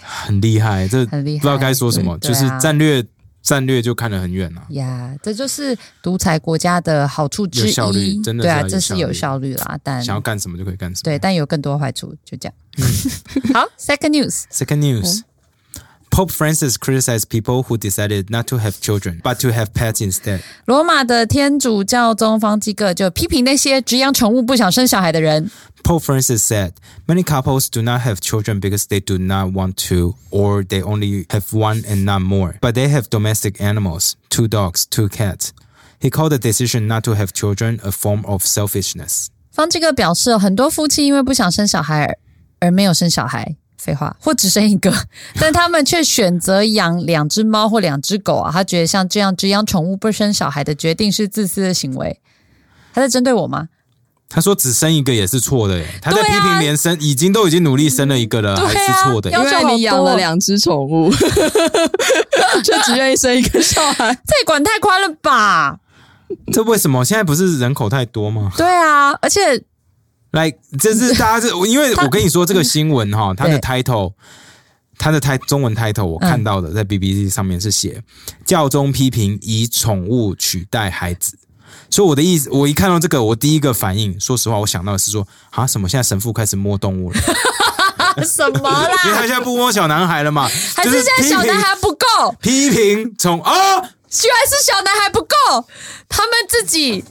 很厉害，这
很厉害
不知道该说什么，
对
就
对啊
是战略战略就看得很远了、
呀，这就是独裁国家的好处之
有效率
一，
真的
对啊，
是要有
这是有效
效
率啦，但
想要嗯干什么就可以干什么。
对，但有更多坏处，就这样。
嗯
好，Second News，
Second
哦
news. Pope Francis criticized people who decided not to have children, but to have pets instead.
罗马的天主教宗方济各就批评那些只养宠物不想生小孩的人。
Pope Francis said, Many couples do not have children because they do not want to, or they only have one and not more. But they have domestic animals two dogs, two cats. He called the decision not to have children a form of selfishness.
方志哥表示，很多夫妻因为不想生小孩而而没有生小孩，废话，或只生一个， 但他们却选择养两只猫或两只狗啊。他觉得像这样只养宠物不生小孩的决定是自私的行为。他在针对我吗？
他说只生一个也是错的耶，他在
对
批
啊
评连生、已经都已经努力生了一个了，
对啊
还是错的耶
要
因
求好
为你养
多
了两只宠物， 就只愿意生一个小孩。
这也管太宽了吧？
这为什么现在不是人口太多吗？
对啊，而且
来，这是大 家是，因为我跟你说这个新闻哈，它的
嗯对嗯
title，它的 t 中文 title 我看到的在 BBC 上面是写教宗批评以宠物取代孩子。所以我的意思，我一看到这个，我第一个反应，说实话，我想到的是说，啊，什么？现在神父开始摸动物了，
什么啦？
因为他现在不摸小男孩了嘛？
还
就是
现在小男孩不够，
批评批评宠啊，
居然是小男孩不够，他们自己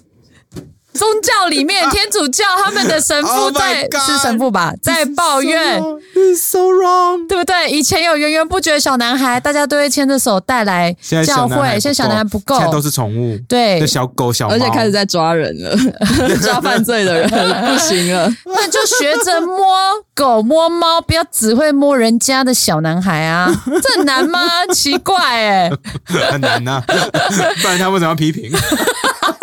宗教里面天主教他们的神父
Oh my
在、
God
是神父吧，在抱怨。
，This is so wrong。
对不对？以前有源源不绝的小男孩，大家都会牵着手带来
现在
教
小男
会
孩，
现在小男孩不够
现，在都是宠物，
对
就小狗、小猫，
而且开始在抓人了， 抓犯罪的人不行了。
那就学着摸狗、摸猫，不要只会摸人家的小男孩啊！这很难吗？奇怪哎、
很难 呐、不然他为什么要批评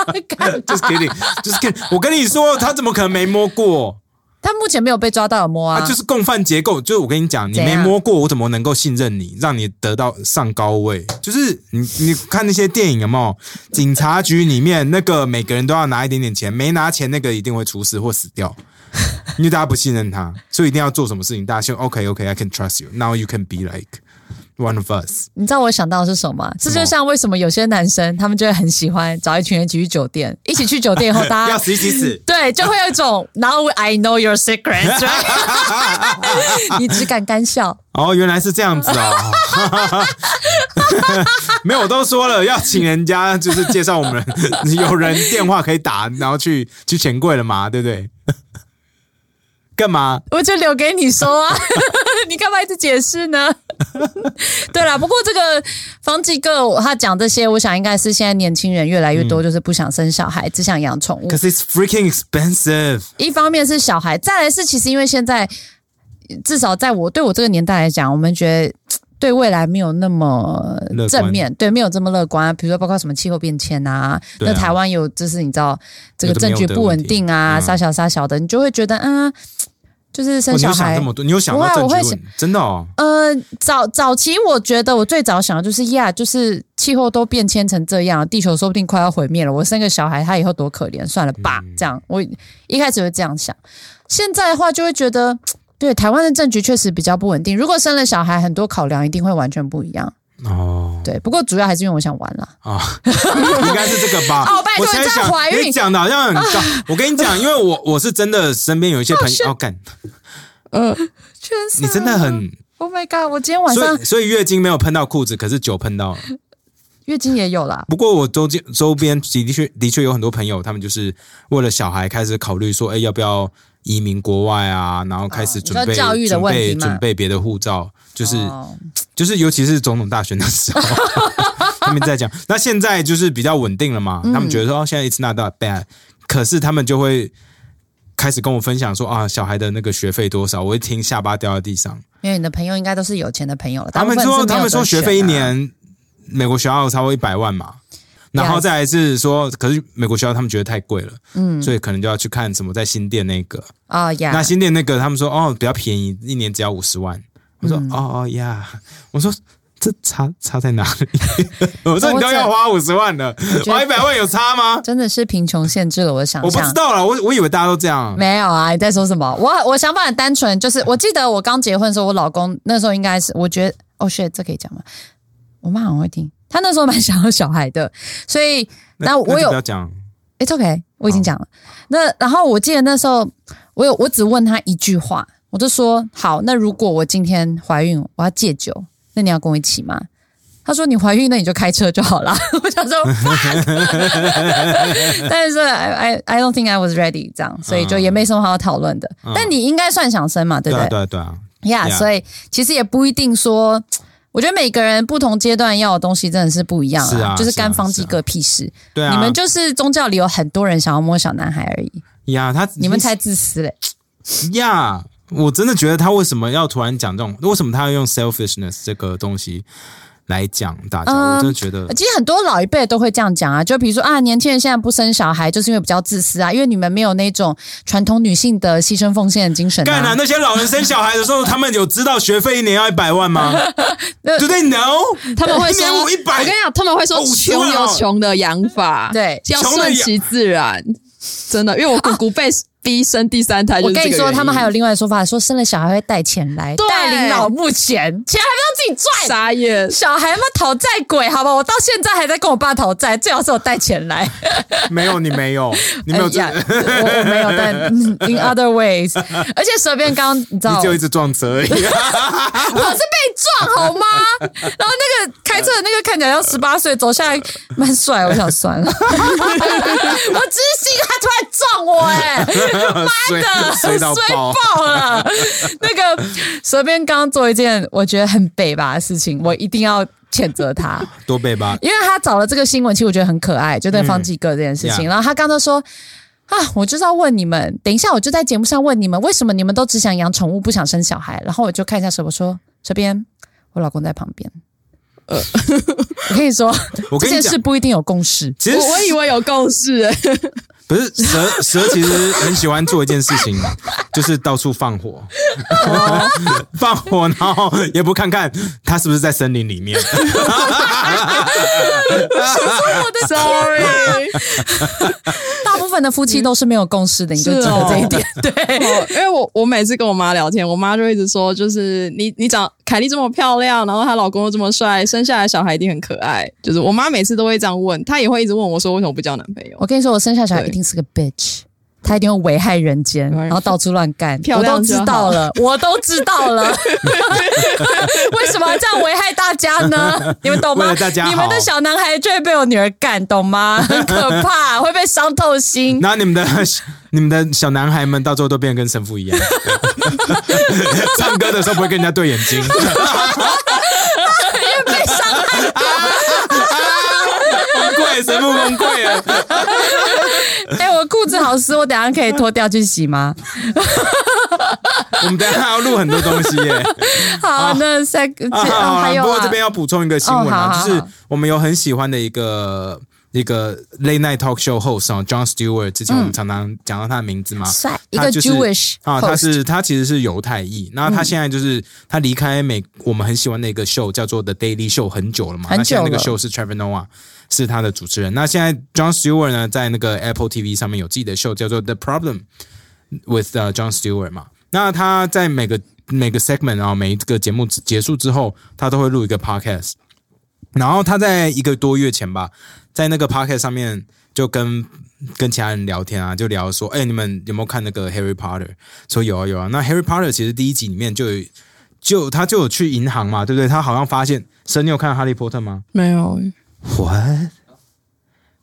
？Just kidding, just kidding。我跟你说，他怎么可能没摸过？
他目前没有被抓到有摸啊，
他就是共犯结构。就是我跟你讲，你
怎
没
样
摸过，我怎么能够信任你，让你得到上高位？就是你，你看那些电影有没有？警察局里面那个每个人都要拿一点点钱，没拿钱那个一定会出事或死掉。因为大家不信任 他，所以一定要做什么事情，大家就 OK OK，I、can trust you. Now you can be like one of us。
你知道我想到的是什么吗？这就像为什么有些男生他们就会很喜欢找一群人一起去酒店，一起去酒店以后，大
要
家
死一起死。
对就会有一种 Now I know your secrets，right？你只 敢干笑，
哦，原来是这样子哦。 没有，我都说了要请人家，就是介绍我们有人电话可以打，然后去去钱柜了嘛，对不对？干嘛？
我就留给你说啊， 你干嘛一直解释呢？ 对啦，不过这个方志哥他讲这些，我想应该是现在年轻人越来越
嗯
多，就是不想生小孩，只想养宠物
可。是 it's freaking expensive。
一方面是小孩，再来是其实因为现在至少在我对我这个年代来讲，我们觉得。嘖对未来没有那么
乐观
正面，对没有这么乐观、啊。比如说，包括什么气候变迁啊，
对
那
啊
台湾有就是你知道这个
有的没
政
有
局
的
不稳
问题
定啊，
嗯
傻小傻小的，你就会觉得啊、嘖就是
哦
生
你
小
有想
孩
这么多？你有想到
不会
证
我会
据问？真的哦，
呃，早早期我觉得我最早想的就是呀，就是气候都变迁成这样，地球说不定快要毁灭了。我生个小孩，他以后多可怜，算了吧，
嗯
这样。我一开始会这样想，现在的话就会觉得，对台湾的政局确实比较不稳定。如果生了小孩，很多考量一定会完全不一样。
哦
对，不过主要还是因为我想玩啦。
啊， 应该是这个吧？
哦拜托
我猜
你这样
想
怀孕
你讲的好像很 高。我跟你讲，因为我我是真的身边有一些朋友，哦，干，
嗯，
全是
你真的很，
，Oh my god！我今天晚
所
上
以所以月经没有喷到裤子，可是酒喷到了。
月经也有啦。
不过我周边周边的确的确有很多朋友，他们就是为了小孩开始考虑说，哎，要不要移民国外啊？然后开始
哦你
准备、
说教育的问题
准
嘛
备准备别的护照，就是、
哦
就是尤其是总统大选的时 候，他们在讲。那现在就是比较稳定了
嗯
嘛，他们觉得说、哦、现在 it's not that bad，可是他们就会。开始跟我分享说啊，小孩的那个学费多少？我一听下巴掉在地上。
因为你的朋友应该都是有钱的朋友了。
他们
大部
说
分是没有
他们说
得
学
选
费一
啊，
年，美国学校超过一百万嘛，然后
Yes
再来是说，可是美国学校他们觉得太贵了，嗯，所以可能就要去看什么在新店那个，
啊呀，
那新店那个他们说哦比较便宜，一年只要五十万，我
嗯
说、哦哦呀，我说。这差差在哪 里？我说你都要花五十万了，
觉得
花一百万有差吗？
真的是贫穷限制了我的想
我不
象
知。道啦，我我以为大家都这样。
没有啊，你在说什么？我我想法很单纯，就是我记得我刚结婚的时候，我老公那时候应该是，我觉得哦 shit，这可以讲吗？我妈很会听，她那时候蛮想要小孩的，所以
那
那我
就
有
不要讲，
It's OK，我已经讲了。那然后我记得那时候，我有我只问他一句话，我就说：“好，那如果我今天怀孕，我要戒酒，那你要跟我一起吗？”他说：“你怀孕那你就开车就好了。” 我想说，fuck 但是 I I I don't think I was ready 这样，所以就也没什么好讨论的。但你应该算想生嘛，对
对
不
啊
对？
嗯对啊对啊，
呀
Yeah
所以其实也不一定说，我觉得每个人不同阶段要的东西真的是不一样
是啊
就是
是啊
干方
是
几
啊
个屁事。
对啊，
你们就是宗教里有很多人想要摸小男孩而已，
呀，他
你们才自私嘞。
呀我真的觉得他为什么要突然讲这种？为什么他要用 selfishness 这个东西来讲大家？
嗯
我真的觉得
其实很多老一辈都会这样讲啊，就比如说啊，年轻人现在不生小孩，就是因为比较自私啊，因为你们没有那种传统女性的牺牲奉献的精神、
干啊！
啊。
那些老人生小孩的时候，他们有知道学费一年要一百万 吗
那
？Do they know？
他们会
一年
说
我一百
我跟你讲，他们会说
哦50
穷
万
有
哦
穷的养法，
对
要
穷的
顺
养
其自然，真的，因为我姑姑被逼生第三
我
胎，就是
跟
这
你
个
说，
原
他们
因
还有另外的说法，说生了小孩会带钱来，
对
带领老目钱，钱还不要自己赚。
傻眼，
小孩嘛，讨债鬼，好吧，我到现在还在跟我爸讨债，最好是我带钱来。
没有，你没有，你 没有这，
哎呀我我没有，但嗯 in other ways，而且随便刚刚你知道，
你
我
只有一
是
直撞车而 已。
被撞好吗？然后那个开车的那个看起来要十八岁，走下来蛮帅，我想 算了，我只是信他突然撞我、哎，
衰
的
衰到
衰
爆！
爆了。那个随便刚刚做一件我觉得很北吧的事情，我一定要谴责他。
多背吧，
因为他找了这个新闻，其实我觉得很可爱，就对方济哥这件事
嗯
情。
Yeah
然后他刚才说。啊！我就是要问你们，等一下我就在节目上问你们，为什么你们都只想养宠物，不想生小孩？然后我就看一下手，我说这边我老公在旁边。 呃，我跟你说，
我
这
跟你
件
讲
事，不一定有 共识。
其实
我我以为有共识，哎
不是蛇蛇，其实很喜欢做一件事情， 就是到处放火， 放火，然后也不看看他是不是在森林里 面。
我的天
，sorry，
大部分的夫妻都是没有共识的，你就记
是
得
哦
这一点。 对，
因为我我每次跟我妈聊天，我妈就一直说，就是你你长凯莉这么漂亮，然后她老公又这么帅，生下来小孩一定很可爱。就是我妈每次都会这样问，她也会一直问我说，为什么不交男朋友？
我跟你说，我生下小孩
对
一定是个 bitch，他一定会危害人间，
没关系
然后到处乱干。
漂
我
亮
都知道了，我都知道 了，为什么要这样危害大家 呢？你们懂
为
吗？
了大家好
你们的小男孩就会被我女儿干，懂 吗？很可怕，会被伤透心。
然后你们的你们的小男孩们到最后都变得跟神父一 样，唱歌的时候不会跟人家对眼 睛。
被伤 害，
崩溃，神父崩溃了。
哎、我裤子好湿，我等一下可以脱掉去洗吗？
我们等一下还要录很多东西 耶。
好，那三个、
啊，好
哦，
啊
还有
不过
啊
这边要补充一个新闻
哦好好
啊，
好
就是我们有很喜欢的一个。一个 late night talk show host 啊，John Stewart，之前
嗯
我们常常讲到他的名字嘛，
帅一
啊他
个
就是
Jewish
啊，
host
他是他其实是犹太裔，那他现在就是他离开美我们很喜欢的一个 show 叫做 The Daily Show 很久了嘛，
很久
那现在那个
了
show 是 Trevor Noah 是他的主持人，那现在 John Stewart 呢在那个 Apple TV 上面有自己的 show 叫做 The Problem with、uh, John Stewart 嘛，那他在每个每个 segment 啊每一个节目结束之后，他都会录一个 podcast，然后他在一个多月前吧，在那个 podcast 上面就跟跟其他人聊天啊，就聊说，哎、你们有没有看那个 Harry Potter？说有啊有啊。那 Harry Potter 其实第一集里面就有就他就有去银行嘛，对不对？他好像发现，神，你有看哈利波特吗
没有，
？What?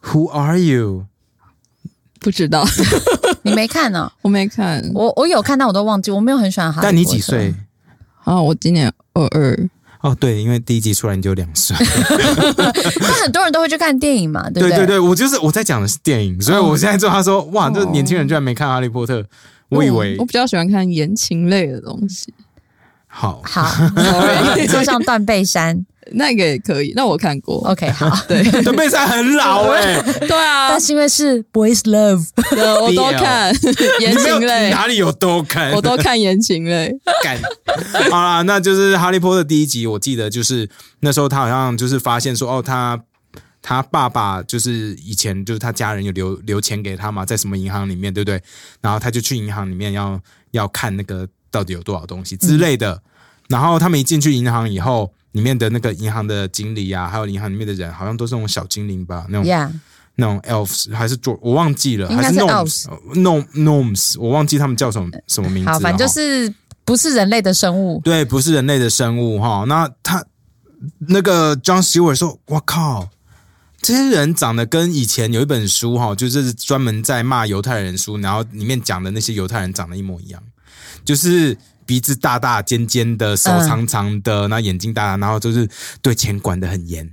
Who are you?
不 知道，
你没看呢、
我没看
我我有看，但我都忘记，我没有很喜欢哈利波特。
但你几岁？
啊。我今年二二，
哦，对，因为第一集出来你就两岁。
但很多人都会去看电影嘛， 对不
对
对
对对，我就是我在讲的是电影，所以我现在就他说，哇，这年轻人居然没看哈利波特，我以为
我比较喜欢看言情类的 东西，
好。
好
Sorry
坐上断背山
那个也可以。那我看过，
，OK，好。
对，贝赛很老哎、
对啊
但，是因为是 boys love，
呃 我都
BL
看 言
你没有
情类，
哪里有都看？
我都看言情类。
干。好啦，那就是《哈利波特》第一集，我记得就是那时候他好像就是发现说，哦，他他爸爸就是以前就是他家人有留留钱给他嘛，在什么银行里面，对不对？然后他就去银行里面要要看那个到底有多少东西之类的。然后他们一进去银行以后，里面的那个银行的经理啊，还有银行里面的人，好像都是那种小精灵吧，那种
yeah，
那种 elves 还是做我忘记了，
应
还
该
是
是
gnomes gnom gnomes，我忘记他们叫什么什么名字了哈。啊哦
好，反正就是不是人类的生物，
对，不是人类的生物哈。那他那个 John Stewart 说：“我靠，这些人长得跟以前有一本书哈，就是专门在骂犹太人书，然后里面讲的那些犹太人长得一模一样，就是。”鼻子大大尖尖的，手
嗯
长长的，然后眼睛大大，然后就是对钱管得很 严，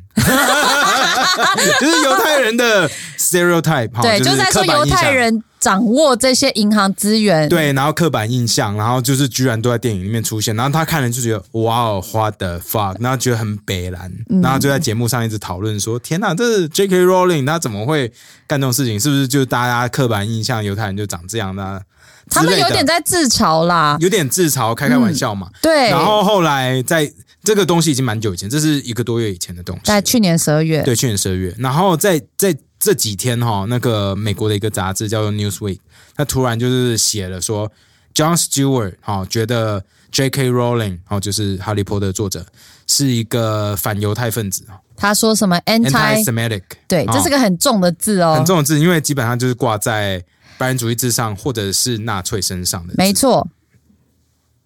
就是犹太人的 stereotype 哈，
对，就是在说
刻板
犹
印
太
象
人掌握这些银行资源，
对，然后刻板印象，然后就是居然都在电影里面出现，然后他看了就觉得哇哦，what the fuck，然后觉得很北蓝，
嗯
然后就在节目上一直讨论说，天哪，这是 J.K. Rowling 他怎么会干这种事情？是不是就大家刻板印象犹太人就长这样呢？
他们
之类
有
的
点在自嘲啦。
有点自嘲，开开玩笑嘛。
嗯对，
然后后来在这个东西已经蛮久以前，这是一个多月以前的东西，
在去年十二月，
对，去年十二月。然后在在这几天哈、那个美国的一个杂志叫做 Newsweek，他突然就是写了说，John Stewart 哈、觉得 J.K. Rowling 哈、就是哈利波特作者是一个反犹太分子
他说什么 anti，
，anti-Semitic，
对，
哦
这是个很重的字哦，
很重的字，因为基本上就是挂在白人主义之上，或者是纳粹身上的。
没，错，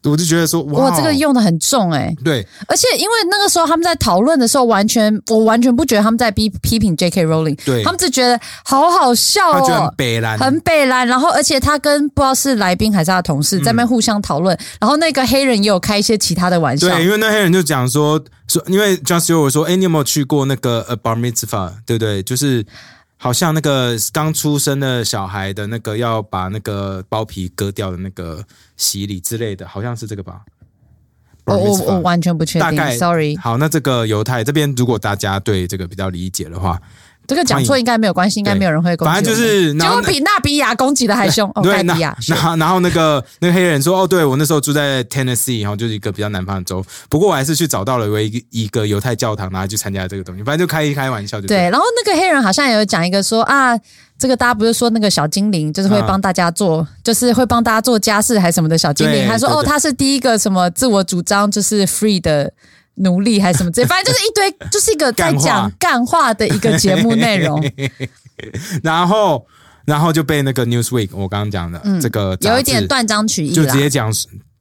我就觉得说，哇，哦
哇，这个用的很重哎、
对
而且因为那个时候他们在讨论的时候，完全我完全不觉得他们在批批评 J.K. Rowling，
对
他们只觉得好好笑
他觉得很
哦。
北蓝，
很北蓝，然后而且他跟不知道是来宾还是他的同
嗯
事在那边互相讨论，然后那个黑人也有开一些其他的玩笑，
对，因为那黑人就讲说说，因为 John Stewart 说，哎、你有没有去过那个呃 bar mitzvah，对不对？就是好像那个刚出生的小孩的那个要把那个包皮割掉的那个洗礼之类的，好像是这个吧？
我
Bar
哦我
mitzvah
我完全不确
大概
定，sorry，
好，那这个犹太这边，如果大家对这个比较理解的话，
这个讲错应该没有关系，应该没有人会攻击我
反
们，
正就是
结
然后
果比纳比亚攻击的还凶，哦，
对，那
纳比亚，
然后然后那个那个黑人说，哦，对我那时候住在 Tennessee，然后就是一个比较南方的州，不过我还是去找到了唯一一个犹太教堂，然后去参加这个东西，反正就开一开玩笑就
对，然后那个黑人好像也有讲一个说啊，这个大家不是说那个小精灵就是会
啊
帮大家做，就是会帮大家做家事还是什么的小精灵，
对
他说
对
哦，
对
他是第一个什么自我主张就是 free 的。奴隶还是什么 之类，反正就是一堆，就是一个在
干话
讲干话的一个节目内 容，
然后然后就被那个 Newsweek 我刚刚讲的、这个杂志
嗯有一点断章取义
就
啦
直，接讲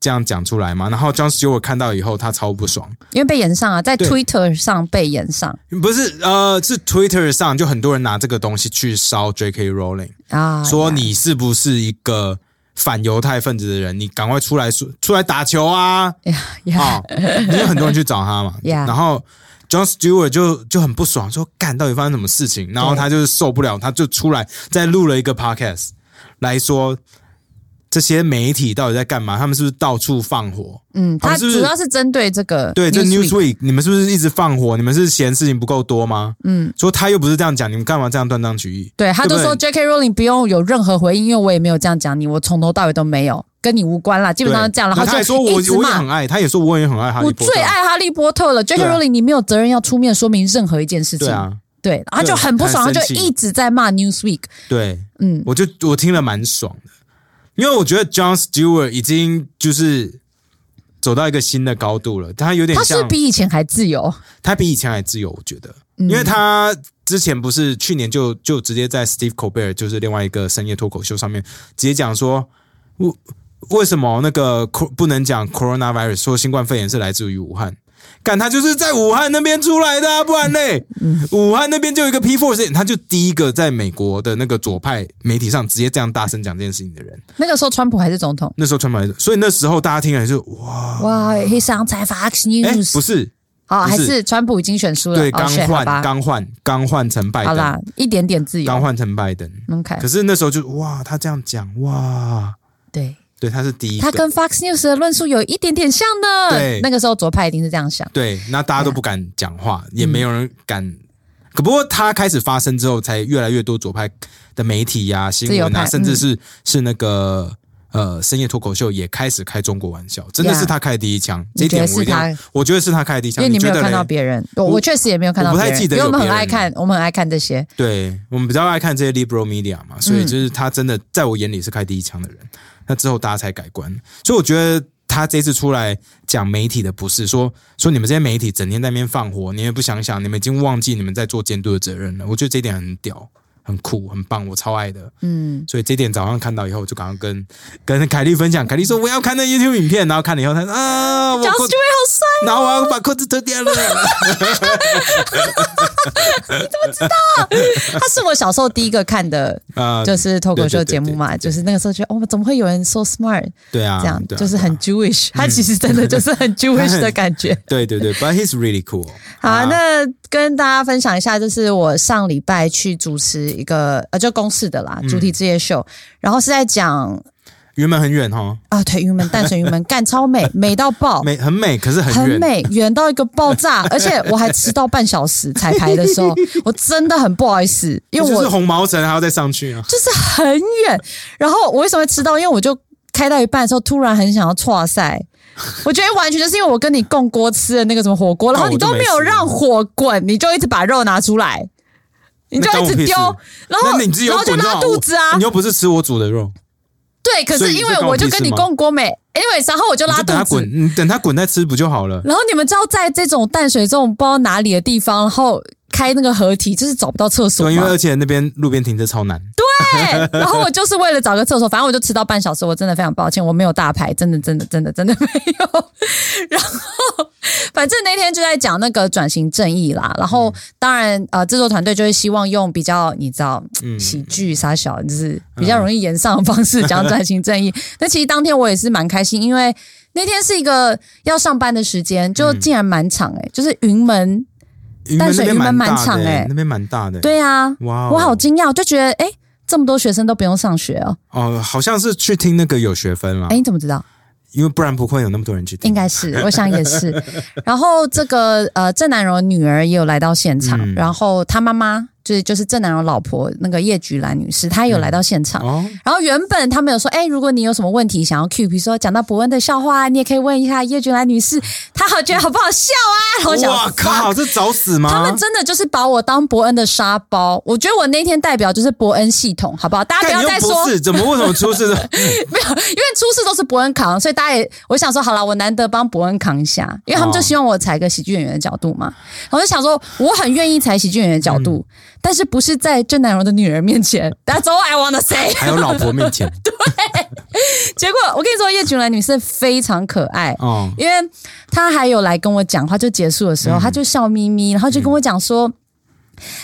这样讲出来嘛，然后 John Stewart 看到以后他超不爽，
因为被延上啊，在
对
Twitter 上被延上
不是呃是 Twitter 上就很多人拿这个东西去烧 J.K. Rowling。
啊，
说你是不是一个反犹太分子的人？你赶快出来说，出来打球啊！
呀
啊、因为很多人去找他嘛。
Yeah
然后 John Stewart 就就很不爽，说干到底发生什么事情？然后他就是受不了，他就出来再录了一个 podcast 来说这些媒体到底在干嘛？他们是不是到处放火？
嗯，
好
他
像是不是
主要是针对这个
对，这
Newsweek
Newsweek，你们是不是一直放火？你们是嫌事情不够多吗？嗯，说他又不是这样讲，你们干嘛这样断章取义？
对，他就
对
说
不
J.K. Rowling 不用有任何回应，因为我也没有这样讲你，我从头到尾都没有，跟你无关啦，基
基
本上是这样。然后
他还
就
说我
一直
我也
骂
很爱，他也说我也很爱哈利
我
波特。
最爱哈利波特了，J.K.
对啊
Rowling 你没有责任要出面说明任何一件事情。
对啊，
对，然后他就很不爽，他
对
就
很生气
一直在骂 Newsweek。
对，
嗯
嗯，我就我听了蛮爽的，因为我觉得 John Stewart 已经就是走到一个新的高度了，他有点
他是
像
比以前还自由，
他比以前还自由，我觉得，
嗯
因为他之前不是去年就就直接在 Steve Colbert 就是另外一个深夜脱口秀上面直接讲说，我为什么那个 cor- 不能讲 coronavirus 说新冠肺炎是来自于武汉？干他就是在武汉那边出来的、啊，不然嘞，
嗯
武汉那边就有一个 P four 事件，他就第一个在美国的那个左派媒体上直接这样大声讲这件事情的人。
那个时候川普还是总统。
那时候川普还，所以那时候大家听了就哇，
哇，He sounds like Fox
哦哎、
News。
不是，
哦，
不
还
是
是川普已经选输了。
对，
哦
刚
shit，好
换，
吧，
刚换，刚换成拜
好
登，
啦，一点点自
刚
由。
换成拜登。
OK，
可是那时候就哇，他这样讲哇，
对，
对，他是第一个，
他跟 Fox News 的论述有一点点像呢。
对
那个时候左派一定是这样想。
对，那大家都不敢讲话， 也没有人敢。可不过他开始发声之后，才越来越多左派的媒体呀、新
自由
闻
派
啊，
嗯
甚至是、是那个呃深夜脱口秀也开始开中国玩笑，真的
Yeah
是他开的第一枪。这
啊你
一
觉
点
得
我一
是
定要
他，
我觉得是他开的第一
因
枪。
为你没
觉
有
得
看
嘞
到别人，我
我
我确实也没有看到
我
别
不太
人，
记得
因
有
为我们很
别人
爱看，我们很爱看这些。
对我们比较爱看这些 liberal media 嘛，所以
嗯
就是他真的在我眼里是开第一枪的人。那之后大家才改观，所以我觉得他这次出来讲媒体的不是说说你们这些媒体整天在那边放火，你也不想想，你们已经忘记你们在做监督的责任了。我觉得这一点很屌。很酷，很棒，我超爱的。嗯，所以这一点早上看到以后，我就赶快跟跟凯莉分享。凯莉说我要看那 YouTube 影片，然后看了以后，她啊，我
John Stewart 好帅
然后我要把裤子脱掉了。
他是我小时候第一个看的，
啊，
就是脱口秀节目嘛，
对对对对对
就是那个时候觉得，哦，怎么会有人 so smart
对啊，
这样，
对啊
就是很 Jewish，他其实真 的就是很 Jewish 的感觉。
对对对，But he's really cool。
好啊，那跟大家分享一下，就是我上礼拜去主持一个呃，就公式的啦，
嗯
主题之夜秀，然后是在讲
云门很远哈，
啊，对，云门淡水云门干超美，美到爆。
美很美，可是很
哦很
远。
美，远到一个爆炸，而且我还迟到半小时彩排的时候，我真的很不好意思，因为
就
我哦
是红毛城还要再上去啊。
就是很远。然后我为什么会迟到？因为我就开到一半的时候，突然很想要岔赛。我觉得完全就是因为我跟你共锅吃的那个什么火锅，然
哦
后你都没有让火滚，你就一直把肉拿出来，你就一直丢，然后
那你自己有
然后就
滚就
拉
好
肚子啊
你。又不是吃我煮的肉，
对，可
所
是
以
因为
这关我
我就
屁
跟
事
你
吗
共锅没，anyways，然后我就
你
拉
就等它
肚子
滚，。你等它滚再吃不就好了？
然后你们知道，在这种淡水这种不知道哪里的地方，然后开那个合体，就是找不到厕所
对，因为
嘛
而。且那边路边停车超难。
对，然后我就是为了找个厕所，反正我就迟到半小时，我真的非常抱歉，我没有大牌，真的真的真的真的没有。 然后反正那天就在讲那个转型正义啦，然
嗯
后当然呃，制作团队就会希望用比较你知道
嗯
喜剧傻小，就是比较容易言上的方式讲转 型正义。那其实当天我也是蛮开心，因为那天是一个要上班的时间，就
嗯
竟然满场诶、就是云门，
云门那边
淡水云门
蛮
蛮
大
长
的
欸
那边蛮大的。，
对啊，
哇哦，
我好惊讶，我就觉得诶，这么多学生都不用上学哦，
哦，好像是去听那个有学分啦
诶，，你怎么知道？
因为不然不会有那么多人去听。
哎应该是，我想也 是。然后这个呃，郑南荣的女儿也有来到现场，
嗯
然后她妈妈就是就是郑南荣老婆那个叶菊兰女士，她也有来到现场。
哦，
然后原本他们有说，哎、如果你有什么问题想要 Q，比如说讲到伯恩的笑话啊，你也可以问一下叶菊兰女士，她好觉得好不好笑啊？ 然后我想，
哇靠，这找死吗？
他们真的就是把我当伯恩的沙包。我觉得我那天代表就是伯恩系统，好不好？大家
干
不要
你
再
又
说
不是，怎么为什么出事的？。
没有，因为出事都是伯恩扛，所以大家也我想说，好了，我难得帮伯恩扛一下，因为他们就希望我踩个喜剧演员的角度嘛。我就想说，我很愿意踩喜剧演员的角度，但是不是在郑南荣的女儿面前？That's all I wanna say
还有老婆面 前
结果我跟你说，叶菊兰女士非常可爱。
哦，
因为她还有来跟我讲话，就结束的时
嗯
候，她就笑眯眯，然后就跟我讲说：“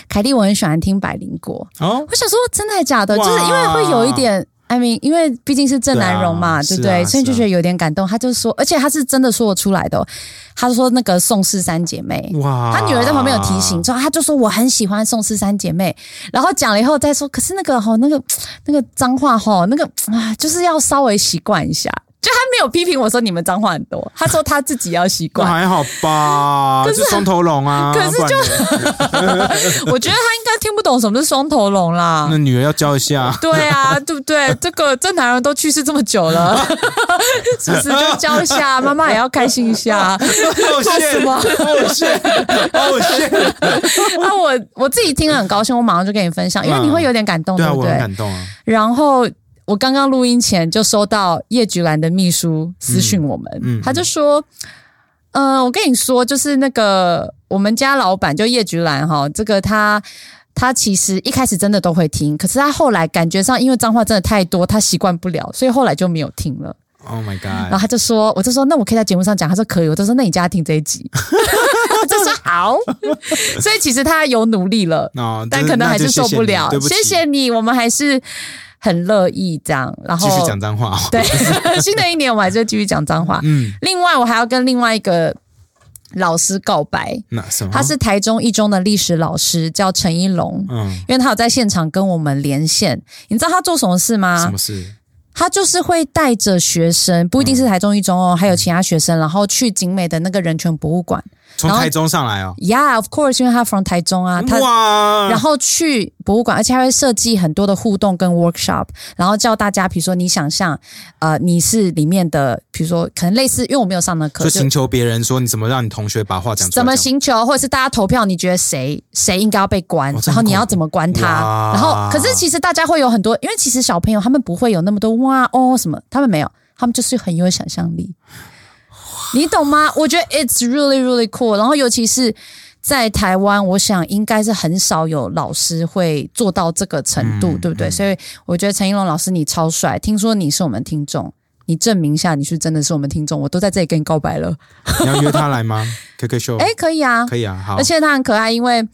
凯莉，我很喜欢听百灵果。”
哦，
我想说，真的还假的？就
哇
是因为会有一点，I mean，因为毕竟是郑南荣嘛，
对啊
对不
是
对？
啊
所以就是
啊
觉得有点感动。他就说，而且他是真的说得出来的哦、他说那个宋氏三姐妹。
哇，
他女儿在旁边有提醒，之后他就说我很喜欢宋氏三姐妹，然后讲了以后再说，可是那个哈、那个那个脏话哈、那个啊，就是要稍微习惯一下。就他没有批评我说你们脏话很多，他说他自己要习
那
惯。
还好 吧，就双头龙啊，
可是
不然呢
我觉得他应该听不懂什么是双头龙啦。
那女儿要教一下，
对啊，对不对？这个这男人都去世这么久了， 是不是就教 一下？妈妈也要开心一下啊！
哦
什
谢，
么
哦谢， 哦谢，
啊我我自己听了很高兴，我马上就跟你分享，因为你会有点感动，
对啊，
不
我很
对？
感动啊，
然后我刚刚录音前就收到叶菊兰的秘书私讯我们，
嗯嗯
他就说。呃，我跟你说，就是那个我们家老板就叶菊兰哈，这个他他其实一开始真的都会听，可是他后来感觉上因为脏话真的太多，他习惯不了，所以后来就没有听了。
，Oh my
然后
god，
他就说，我就说那我可以在节目上讲，他说可以，我就说那你叫他听这一集， 我就说好， 所以其实他有努力了，
那
但可能还是受不了。
对不起，
谢谢你，我们还是很乐意这样。然后
继续讲脏话哦，
对， 新的一年我们还是会继续讲脏话。
嗯，
另外，我还要跟另外一个老师告白，
那什么？
他是台中一中的历史老师，叫陈一龙。
嗯，
因为他有在现场跟我们连线，你知道他做什么事吗？
什么事？
他就是会带着学生，不一定是台中一中
嗯
哦，还有其他学生，然后去景美的那个人权博物馆。
从
然后
台中上来哦，
Yeah, of course，因为他 from 台中啊，他
哇，
然后去博物馆，而且他会设计很多的互动跟 workshop，然后叫大家，比如说你想象，呃，你是里面的，比如说可能类似，因为我没有上那课，
就寻求别人说你怎么让你同学把话讲出来，
怎么
这样
寻求，或者是大家投票，你觉得谁谁应该要被关，
哦这么
然后你
酷
要怎么关他
哇？
然后，可是其实大家会有很多，因为其实小朋友他们不会有那么多哇哦什么，他们没有，他们就是很有想象力，你懂吗？我觉得 it's really really cool。然后尤其是在台湾，我想应该是很少有老师会做到这个程度，
嗯
对不对？所以我觉得陈一龙老师你超帅，听说你是我们听众。你证明一下你是真的是我们听众，我都在这里跟你告白了。
你要约他来 吗？QQ Show，
哎、可以啊，
可以啊，好
而，且他很可爱，因为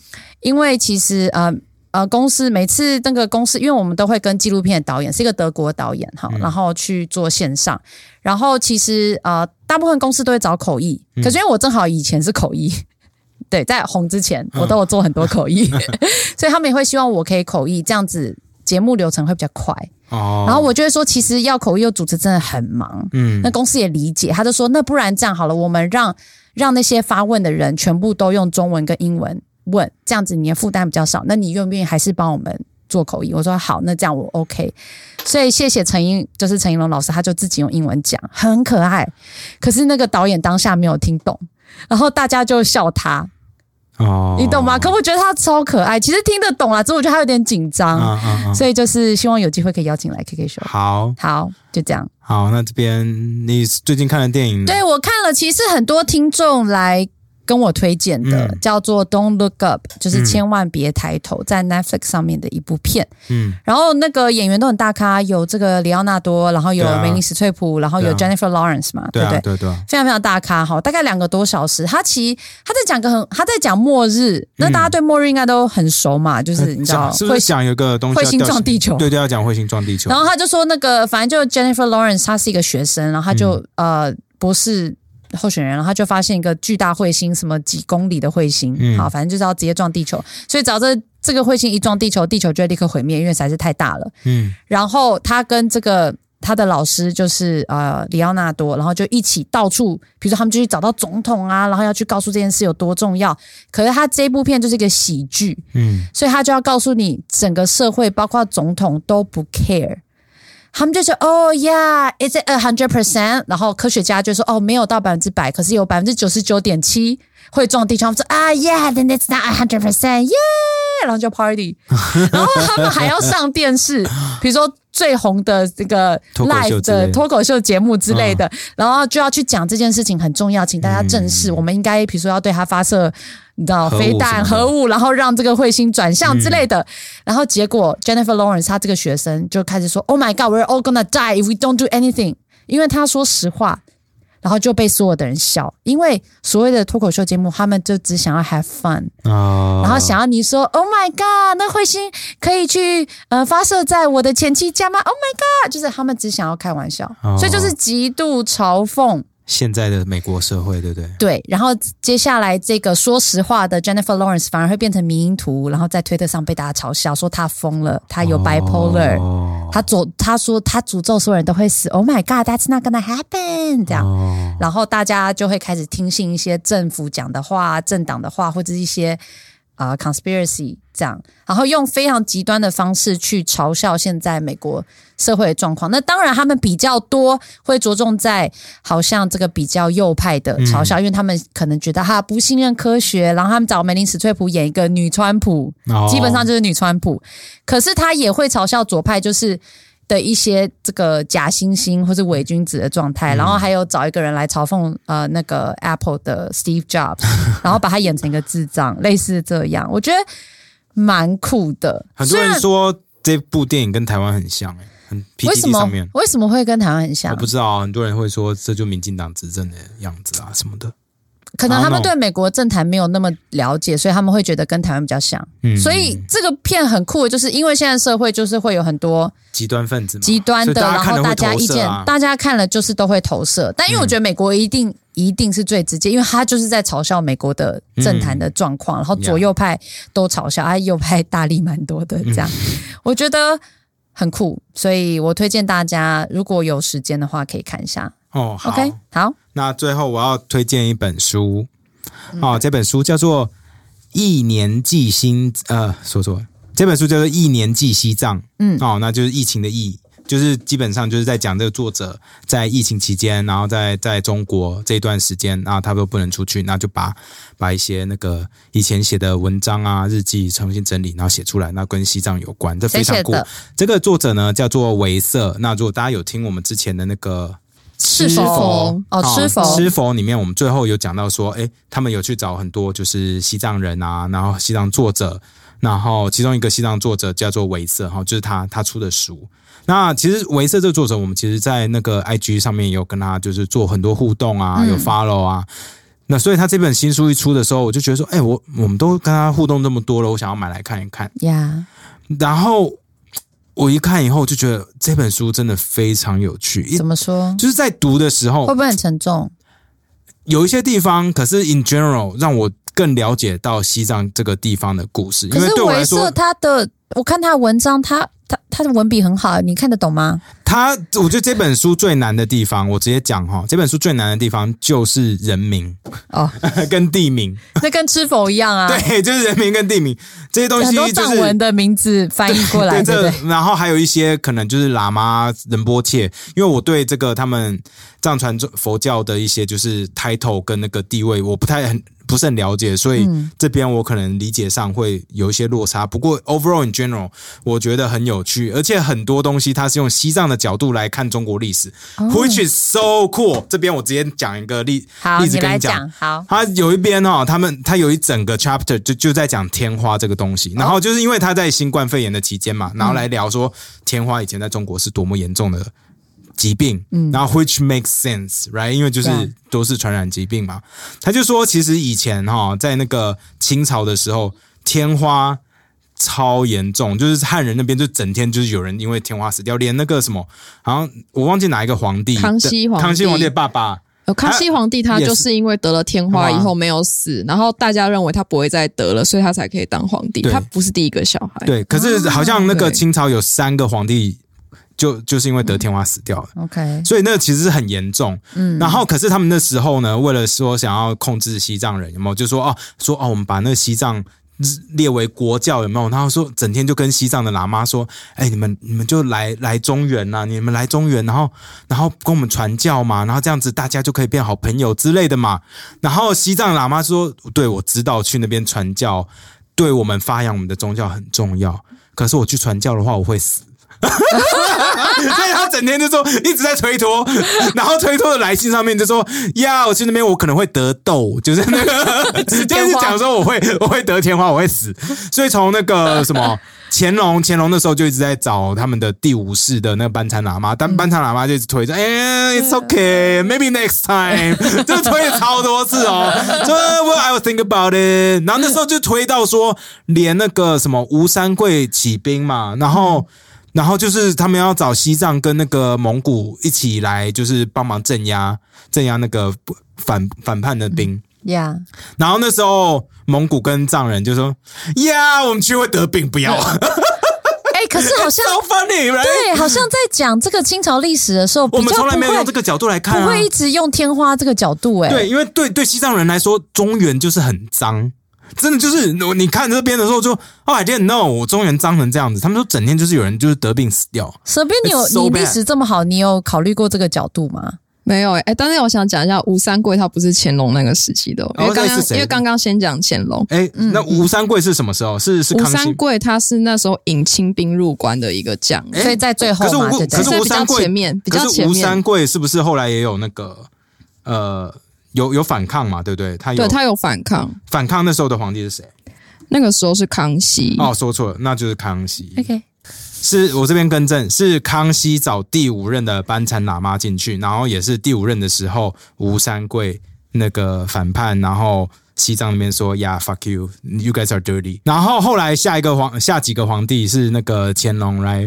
因为其实呃呃，公司每次那个公司，因为我们都会跟纪录片的导演是一个德国导演
嗯
哈，然后去做线上，然后其实呃，大部分公司都会找口译，
嗯
可是因为我正好以前是口译。 对，在红之前，
嗯
我都有做很多 口译，所以他们也会希望我可以口译，这样子节目流程会比较快。
哦，
然后我就会说，其实要口译又主持真的很忙，
嗯
那公司也理解，他就说那不然这样好了，我们让让那些发问的人全部都用中文跟英文问，这样子你的负担比较少。那你愿不愿意还是帮我们做口译？我说好，那这样我 OK。所以谢谢陈英，就是陈英龙老师，他就自己用英文讲，很可爱。可是那个导演当下没有听懂。然后大家就笑他，
哦，
你懂吗？可我觉得他超可爱，其实听得懂啦，只是我觉得他有点紧
啊
张，
啊啊！
所以就是希望有机会可以邀请来 KK 秀。
好
好，就这样。
好，那这边你最近看的电影呢，
对我看了，其实很多听众来跟我推荐的，
嗯
叫做《Don't Look Up》，就是
嗯
千万别抬头，在 Netflix 上面的一部片。
嗯
然后那个演员都很大咖，有这个里奥纳多，然后有
对啊
梅丽史翠普，然后有
对啊
Jennifer Lawrence 嘛，
对
不
啊
对？
对对啊，
非常非常大咖哈，大概两个多小时。他其他在讲个很，他在讲末日，那大家对末日应该都很熟嘛，就是你知道
哎讲嗯呃是不是讲有个东西
彗
要
星
掉
撞
下
地球
对对，要讲彗星撞地球，
然后他就说那个，反正就 Jennifer Lawrence，她是一个学生，然后他就、呃博士候选人，然后他就发现一个巨大彗星，什么几公里的彗星，
嗯
好，反正就是要直接撞地球，所以只要这这个彗星一撞地球，地球就会立刻毁灭，因为实在是太大了。
嗯
然后他跟这个他的老师就是呃里奥纳多，然后就一起到处，比如说他们就去找到总统啊，然后要去告诉这件事有多重要。可是他这部片就是一个喜剧，
嗯
所以他就要告诉你，整个社会包括总统都不 care。他们就说哦 yeah，is it a hundred percent？然后科学家就说哦，没有到百分之百，可是有百分之九十九点七会撞地球。他们说啊 yeah，then it's not a hundred percent，yeah，然后 就 party，然后他们还要上电视，比如说最红的这个
脱口秀之
live
类
的
的嗯
脱口秀节目之类的，然后就要去讲这件事情很重要，请大家正视，我们应该比如说要对它发射。你知道
核武
飞
什
弹、
么的嗯
核武，然后让这个彗星转向之类的。然后结果 Jennifer Lawrence 她这个学生就开始说：“Oh my God, we're all gonna die if we don't do anything。”因为她说实话，然后就被所有的人笑，因为所谓的脱口秀节目，他们就只想要 have fun，
啊，
然后想要你说：“Oh my God，那彗星可以去呃发射在我的前妻家吗？”Oh my God，就是他们只想要开玩笑，
哦
所以就是极度嘲讽。
现在的美国社会，对不对？
对，然后接下来这个说实话的 Jennifer Lawrence 反而会变成迷因图，然后在推特上被大家嘲笑，说她疯了，她有 bipolar，、
哦
她诅她说她诅咒所有人都会死，Oh my God，that's not gonna happen，这样，
哦，
然后大家就会开始听信一些政府讲的话、政党的话，或者是一些啊、呃 conspiracy 这样，然后用非常极端的方式去嘲笑现在美国社会的状况。那当然，他们比较多会着重在好像这个比较右派的嘲笑，因为他们可能觉得哈不信任科学，然后他们找梅林史翠普演一个女川普，
哦
基本上就是女川普。可是他也会嘲笑左派，就是。的一些这个假惺惺或是伪君子的状
嗯
态，然后还有找一个人来嘲讽呃那个 Apple 的 Steve Jobs，然后把他演成一个智障，类似这样，我觉得蛮酷的。
很多
虽
人
然
说这部电影跟台湾很像，哎，很
为什
PPT
么
上面。
为什么会跟台湾很像
我不？知道啊，很多人会说这就民进党执政的样子啊什么的。
可能他们
I don't know
对美国政坛没有那么了解，所以他们会觉得跟台湾比较像。
嗯
所以这个片很酷，就是因为现在社会就是会有很多
极端分子嘛，
极端
所以
的，
大
然
家看了
后大
会
家
投
意
射
见
啊，，嗯
大家看了就是都会投射。但因为我觉得美国一定、一定是最直接，因为他就是在嘲笑美国的政坛的状况，然后左
Yeah
右派都嘲笑，啊，右派大力蛮多的这样，
嗯
我觉得很酷，所以我推荐大家如果有时间的话可以看一下。
哦，好。
OK，好，
那最后我要推荐一本书，
嗯
哦，这本书叫做《一年记心》，呃，说错了，这本书叫做《一年记西藏》，嗯，哦，那就是疫情的疫，就是基本上就是在讲这个作者在疫情期间，然后在在中国这一段时间，然后他都不能出去，那就把把一些那个以前写的文章啊、日记重新整理，然后写出来，那跟西藏有关，这非
谁
常
写
酷
的。
这个作者呢叫做维瑟，那如果大家有听我们之前的那个
是
吃
否
否
哦是否
吃否里面，我们最后有讲到说，哎，他们有去找很多就是西藏人啊，然后西藏作者，然后其中一个西藏作者叫做维瑟哈，就是他他出的书。那其实维瑟这个作者，我们其实在那个 IG 上面也有跟他就是做很多互动啊，
嗯
有 follow 啊。那所以他这本新书一出的时候，我就觉得说，哎、我我们都跟他互动这么多了，我想要买来看一看。
呀，
然后我一看以后，就觉得这本书真的非常有趣，一
怎么说？
就是在读的时候
会，不会很沉重？
有一些地方，可是 in general 让我更了解到西藏这个地方的故事，因
可
为
是
对我来
维
说
瑟，他的，我看他的文章，他他他的文笔很好，你看得懂吗？
他我觉得这本书最难的地方，我直接讲哈，这本书最难的地方就是人名
哦，
跟地名，
那跟知否一样啊，
对，就是人名跟地名这些东
很
西
多
就
藏
是
文的名字翻译过来，
对
对不
这
对？，
然后还有一些可能就是喇嘛、仁波切，因为我对这个他们藏传佛教的一些就是 title 跟那个地位，我不太很不是很了解，所以
嗯
这边我可能理解上会有一些落差。不过 overall in general，我觉得很有趣，而且很多东西它是用西藏的角度来看中国历史、w
哦
h i c h is so cool。这边我直接讲一个例
好，
例子
你
跟
来
你
讲，好，
他有一边哈、哦，他们他有一整个 chapter 就就在讲天花这个东
哦
西，然后就是因为他在新冠肺炎的期间嘛，然后来聊说天花以前在中国是多么严重的疾病，嗯，然后 which makes sense，right？因为就是
对
都是传染疾病嘛，他就说其实以前哈、在那个清朝的时候，天花。超严重，就是汉人那边就整天就是有人因为天花死掉，连那个什么，好像我忘记哪一个皇帝，
康熙皇帝
康熙皇帝的爸爸，
呃康熙皇帝他
也是
就是因为得了天花
干
以
嘛
后没有死，然后大家认为他不会再得了，所以他才可以当皇帝。
对
他不是第一个小孩。
对，可是好像那个
对
清朝有三个皇帝就就是因为得天花死掉了。
OK，
所以那个其实是很严重，嗯，然后可是他们那时候呢，为了说想要控制西藏人，有没有就说哦，说哦，我们把那个西藏列为国教，有没有？然后说整天就跟西藏的喇嘛说，哎，你们你们就来来中原呐、你们来中原，然后然后跟我们传教嘛，然后这样子大家就可以变好朋友之类的嘛。然后西藏喇嘛说，对我知道去那边传教，对我们发扬我们的宗教很重要，可是我去传教的话，我会死。 所以他整天就说一直在推脱，然后推脱的来信上面就说呀，我去那边我可能会得痘，就是那个就是讲说我会我会得天花，我会死。所以从那个什么乾隆，乾隆那时候就一直在找他们的第五世的那个班禅喇嘛，但班禅喇嘛就一直推着，哎、i t s okay，maybe next time，就推了超多次哦，说 Well I will think about it。然后那时候就推到说，连那个什么吴三桂起兵嘛，然后。然后就是他们要找西藏跟那个蒙古一起来，就是帮忙镇压镇压那个反反叛的兵。
呀，
然后那时候蒙古跟藏人就说：“呀，我们去会得病，不 要。
哎，可是 好像
So funny, right？
对，好像在讲这个清朝历史的时候，比
我们
较
从来
不
没有
会
用这个角度来看、
不
啊
会。一直用天花这个角度，哎，
对，因为对对西藏人来说，中原就是很脏，真的就是我你看这边的时候就哦，I didn't know，我中原脏成这样子。他们说整天就是有人就是得病死掉。
舍边，你有
It's so
你
bad
历史这么好，你有考虑过这个角度吗？
没有哎、欸但是我想讲一下吴三桂，他不是乾隆那个时期的哦、
哦
因为刚
那
刚
是谁
因为刚刚先讲乾隆，
哎，那吴三桂是什么时候？是是
嗯吴
康熙
三桂他是那时候引清兵入关的一个将领，
哎
所以在最后
可是
嘛，
吴
对不
可是
对？
所以
吴
比较
三桂
前面比
可
较
是
前
吴
面
三桂是不是后来也有那个呃有有反抗嘛？对不对？他有
对他有反抗，
反抗那时候的皇帝是谁？
那个时候是康熙。
哦，说错了，那就是康熙。
OK，
是我这边更正，是康熙找第五任的班禅喇嘛进去，然后也是第五任的时候，吴三桂那个反叛，然后西藏那边说呀、fuck you, you guys are dirty。然后后来下一个皇下几个皇帝是那个乾隆来，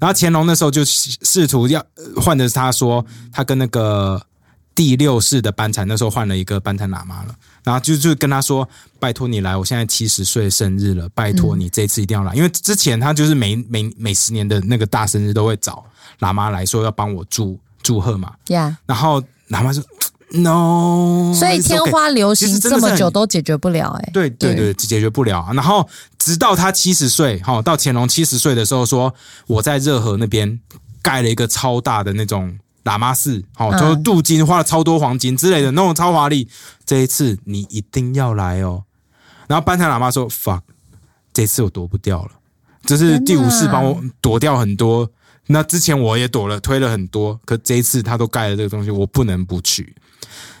然后乾隆那时候就试试图要呃换的是他说他跟那个第六世的班禅那时候换了一个班禅喇嘛了。然后就就跟他说：“拜托你来，我现在七十岁生日了，拜托你这次一定要来，因为之前他就是每每每十年的那个大生日都会找喇嘛来说要帮我祝祝贺嘛。
呀、
然后喇嘛说：‘No，
所以
哦 it's
天
okay
花流
其
行
实真的
这
是
么
很
久都解决不了、哎，
对对
对
对，解决不了。然后直到他七十岁，哈，到乾隆七十岁的时候说，我在热河那边盖了一个超大的那种喇嘛寺，哦，
嗯
就是镀金，花了超多黄金之类的那种超华丽。这一次你一定要来哦。然后班禅喇嘛说：“fuck，这次我躲不掉了，这是第五世帮我躲掉很多。那之前我也躲了，推了很多，可这一次他都盖了这个东西，我不能不去。”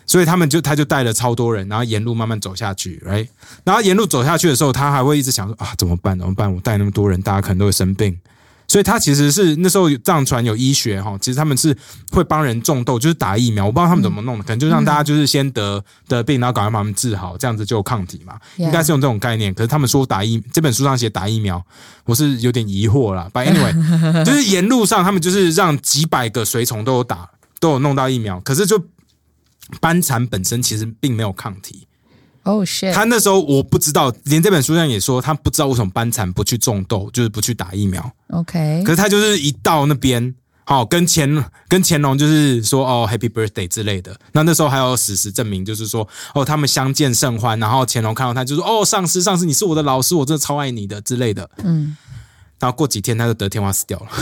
所以他们就他就带了超多人，然后沿路慢慢走下去，right？然后沿路走下去的时候，他还会一直想说啊，怎么办？怎么办？我带那么多人，大家可能都会生病。所以他其实是那时候藏传有医学哈，其实他们是会帮人种豆，就是打疫苗。我不知道他们怎么弄的，可能就让大家就是先得得病，然后赶快把他们治好，这样子就有抗体嘛，
Yeah
应该是用这种概念。可是他们说打疫，这本书上写打疫苗，我是有点疑惑啦。But anyway，就是沿路上他们就是让几百个随从都有打，都有弄到疫苗，可是就班禅本身其实并没有抗体。
哦 shit，
他那时候我不知道，连这本书上也说他不知道为什么班禅不去种豆，就是不去打疫苗。
OK，
可是他就是一到那边，好、跟乾跟乾隆就是说哦，Happy Birthday 之类的。那那时候还有史实证明，就是说哦，他们相见甚欢。然后乾隆看到他就说哦，上师上师，你是我的老师，我真的超爱你的之类的。嗯，然后过几天他就得天花死掉了。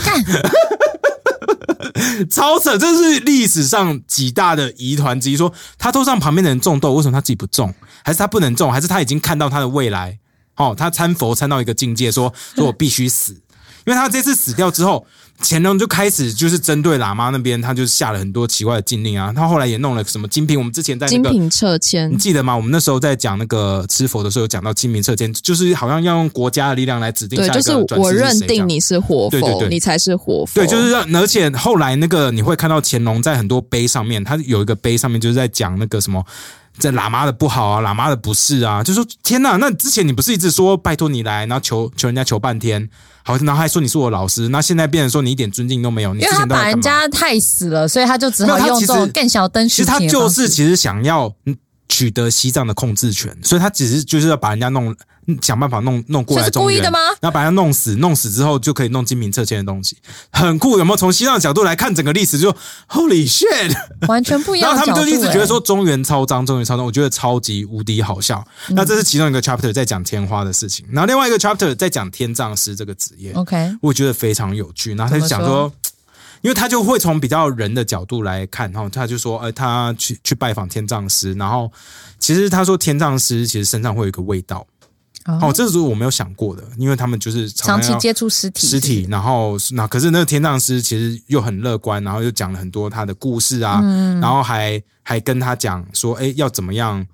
超扯！这是历史上几大的疑团之一。说他都让旁边的人种豆，为什么他自己不种？还是他不能种？还是他已经看到他的未来？哦，他参佛参到一个境界，说说我必须死。因为他这次死掉之后，乾隆就开始就是针对喇嘛那边，他就下了很多奇怪的禁令啊。他后来也弄了什么金瓶，我们之前在那
精
个嗯
品撤签
你，记得吗？我们那时候在讲那个吃佛的时候，有讲到清明撤迁，就是好像要用国家的力量来指定
对，
下
就
一
是
个转世
我
是谁
认
这样
定你是活佛，
对对对
你才是活佛，
对，就是让，而且后来那个你会看到乾隆在很多碑上面，他有一个碑上面就是在讲那个什么。在喇嘛的不好啊，喇嘛的不是啊，就说天呐，那之前你不是一直说拜托你来，然后求求人家求半天，好，然后还说你是我老师，那现在变成说你一点尊敬都没有，你
因
之
为他
前都
把
在干
人
嘛？
家害死了，所以他就只
没有
好
他
用
其
这
实
种更小灯
其
事
实他
情的
就
方
是
式。
其实想要嗯取得西藏的控制权，所以他只是就是要把人家弄嗯想办法弄弄过
所以
来
是
中
故意
原
的吗
然后把他弄死，弄死之后就可以弄金平撤迁的东西，很酷，有没有？从西藏的角度来看整个历史就 Holy shit！
完全不一
然
样
后
的
他
角
们
度、
就一直觉得
哎，
说中原超脏，中原超脏，我觉得超级无敌好笑。那
嗯
这是其中一个 chapter 在讲天花的事情，然后另外一个 chapter 在讲天葬师这个职业。
OK，
我觉得非常有趣。然后他就讲
怎
说，因为他就会从比较人的角度来看，哈，他就说，呃，他去去拜访天葬师，然后其实他说天葬师其实身上会有一个味道，哦，
哦，
这是我没有想过的，因为他们就是
长
常
期
常要
接触尸体，
尸体，然后那可是那个天葬师其实又很乐观，然后又讲了很多他的故事啊，
嗯
然后还还跟他讲说，哎，要怎么样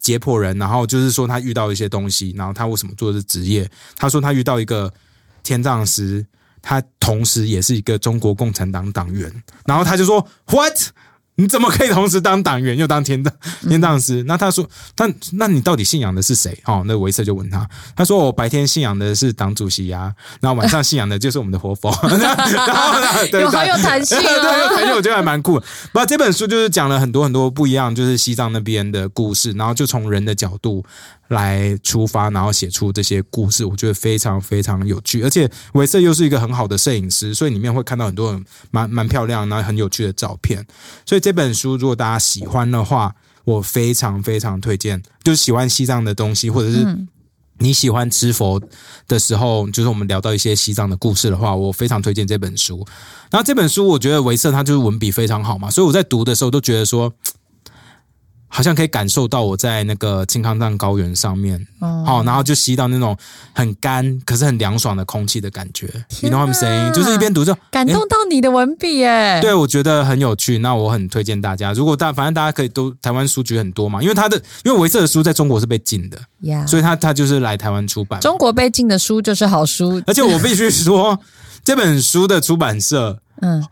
解剖人，然后就是说他遇到一些东西，然后他为什么做这职业？他说他遇到一个天葬师，他同时也是一个中国共产党党员，然后他就说 what？你怎么可以同时当党员又当天葬天葬师？那他说，但那你到底信仰的是谁？哦，那维瑟就问他，他说我白天信仰的是党主席啊，然后晚上信仰的就是我们的活佛。 然后呢， 对对
有好有弹性
对，
啊。
朋友我觉得还蛮酷的。那这本书就是讲了很多很多不一样，就是西藏那边的故事，然后就从人的角度来出发，然后写出这些故事，我觉得非常非常有趣。而且维瑟又是一个很好的摄影师，所以里面会看到很多很蛮蛮漂亮，然后很有趣的照片。所以这本书如果大家喜欢的话，我非常非常推荐，就是喜欢西藏的东西，或者是
嗯
你喜欢吃佛的时候，就是我们聊到一些西藏的故事的话，我非常推荐这本书。然后这本书，我觉得维瑟他就是文笔非常好嘛，所以我在读的时候都觉得说，好像可以感受到我在那个青康藏高原上面，
哦
好、然后就吸到那种很干可是很凉爽的空气的感觉。你
天哪
懂我们声音，就是一边读就
感动到你的文笔耶！
对，我觉得很有趣。那我很推荐大家，如果大反正大家可以都台湾书局很多嘛，因为他的因为维瑟的书在中国是被禁的，
呀
所以他他就是来台湾出版嘛。
嗯中国被禁的书就是好书，
而且我必须说， 这本书的出版社
嗯，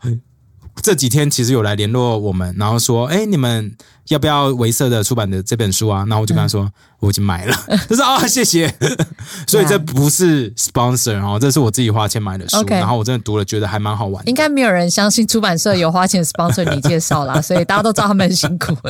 这几天其实有来联络我们，然后说：“哎，你们要不要维瑟的出版的这本书啊？”然后我就跟他
嗯
说：“我已经买 了。”他说：“哦，谢谢。”所以这不是 sponsor 哦，这是我自己花钱买的书。
OK
然后我真的读了，觉得还蛮好玩的
应。该没有人相信出版社有花钱 sponsor 你介 绍啦，所以大家都知道他们很辛苦。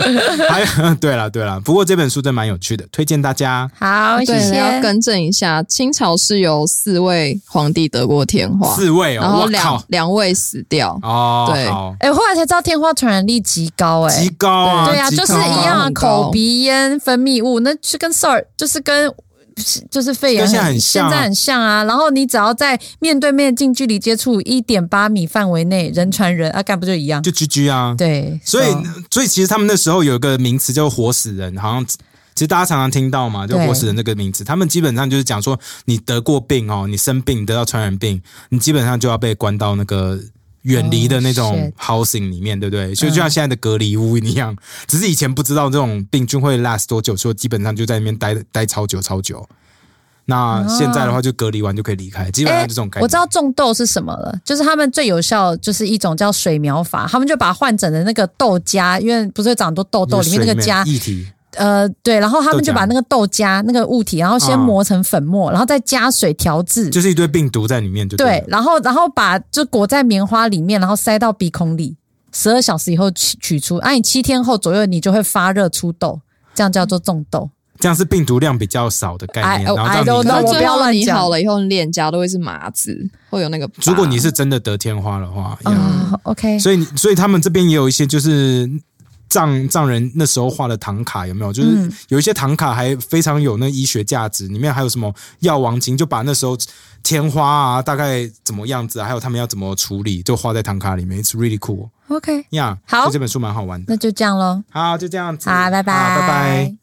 还 对了对了，不过这本书真蛮有趣的，推荐大家。
好，谢
对，要
谢。
更正一下，清朝是有四位皇帝得过天花，
四位
然
哦，
后
我
两
靠
两位死掉。
哦，
对
好
哎、我后来才知道天花传染力极高、哎，
极高啊，
对啊，
极
就是
高
一样啊，
很高
口鼻烟分泌物，那是跟 SARS，就是跟是就是肺炎
跟现在很像啊
现在很像啊。然后你只要在面对面近距离接触一点八米范围内，人传人啊，干不就一样？
就 GG 啊。
对，
所以
so，
所以其实他们那时候有一个名词叫活死人，好像。其实大家常常听到嘛，就
对
活死人这个名字，他们基本上就是讲说，你得过病哦，你生病得到传染病，你基本上就要被关到那个远离的那
Oh,
种 housing 里面，对不对？就就像现在的隔离屋一样，只是以前不知道这种病菌会 last 多久，所以基本上就在那边待待超久超久。那现在的话，就隔离完就可以离开，基本上就这种感觉。
哎我知道种豆是什么了，就是他们最有效就是一种叫水苗法，他们就把患者的那个豆荚，因为不是会长很多豆豆里面那个
家
痂，
液体，
呃，对，然后他们
豆
就
荚
把那个豆荚那个物体，然后先
啊
磨成粉末，然后再加水调制，
就是一堆病毒在里面就
对
了，
然后然后把就裹在棉花里面，然后塞到鼻孔里，十二小时以后取取出，啊，你七天后左右你就会发热出痘，这样叫做种痘。
这样是病毒量比较少的概
I-
念。
oh,
然后
I
让
don't
你
那
然后
我
最
不要
后
乱
你
讲
好了以后，你脸颊都会是麻子，会有那个疤。
如果你是真的得天花的话，一样
啊、o k
所以你所以他们这边也有一些就是藏藏人那时候画的唐卡有没有？
嗯
就是有一些唐卡还非常有那医学价值，里面还有什么药王经，就把那时候天花啊大概怎么样子、啊，还有他们要怎么处理，就画在唐卡里面。It's really cool
OK，
呀、
好
所以这本书蛮好玩的。
那就这样喽，
好，就这样子，
好，拜拜，
好拜拜。。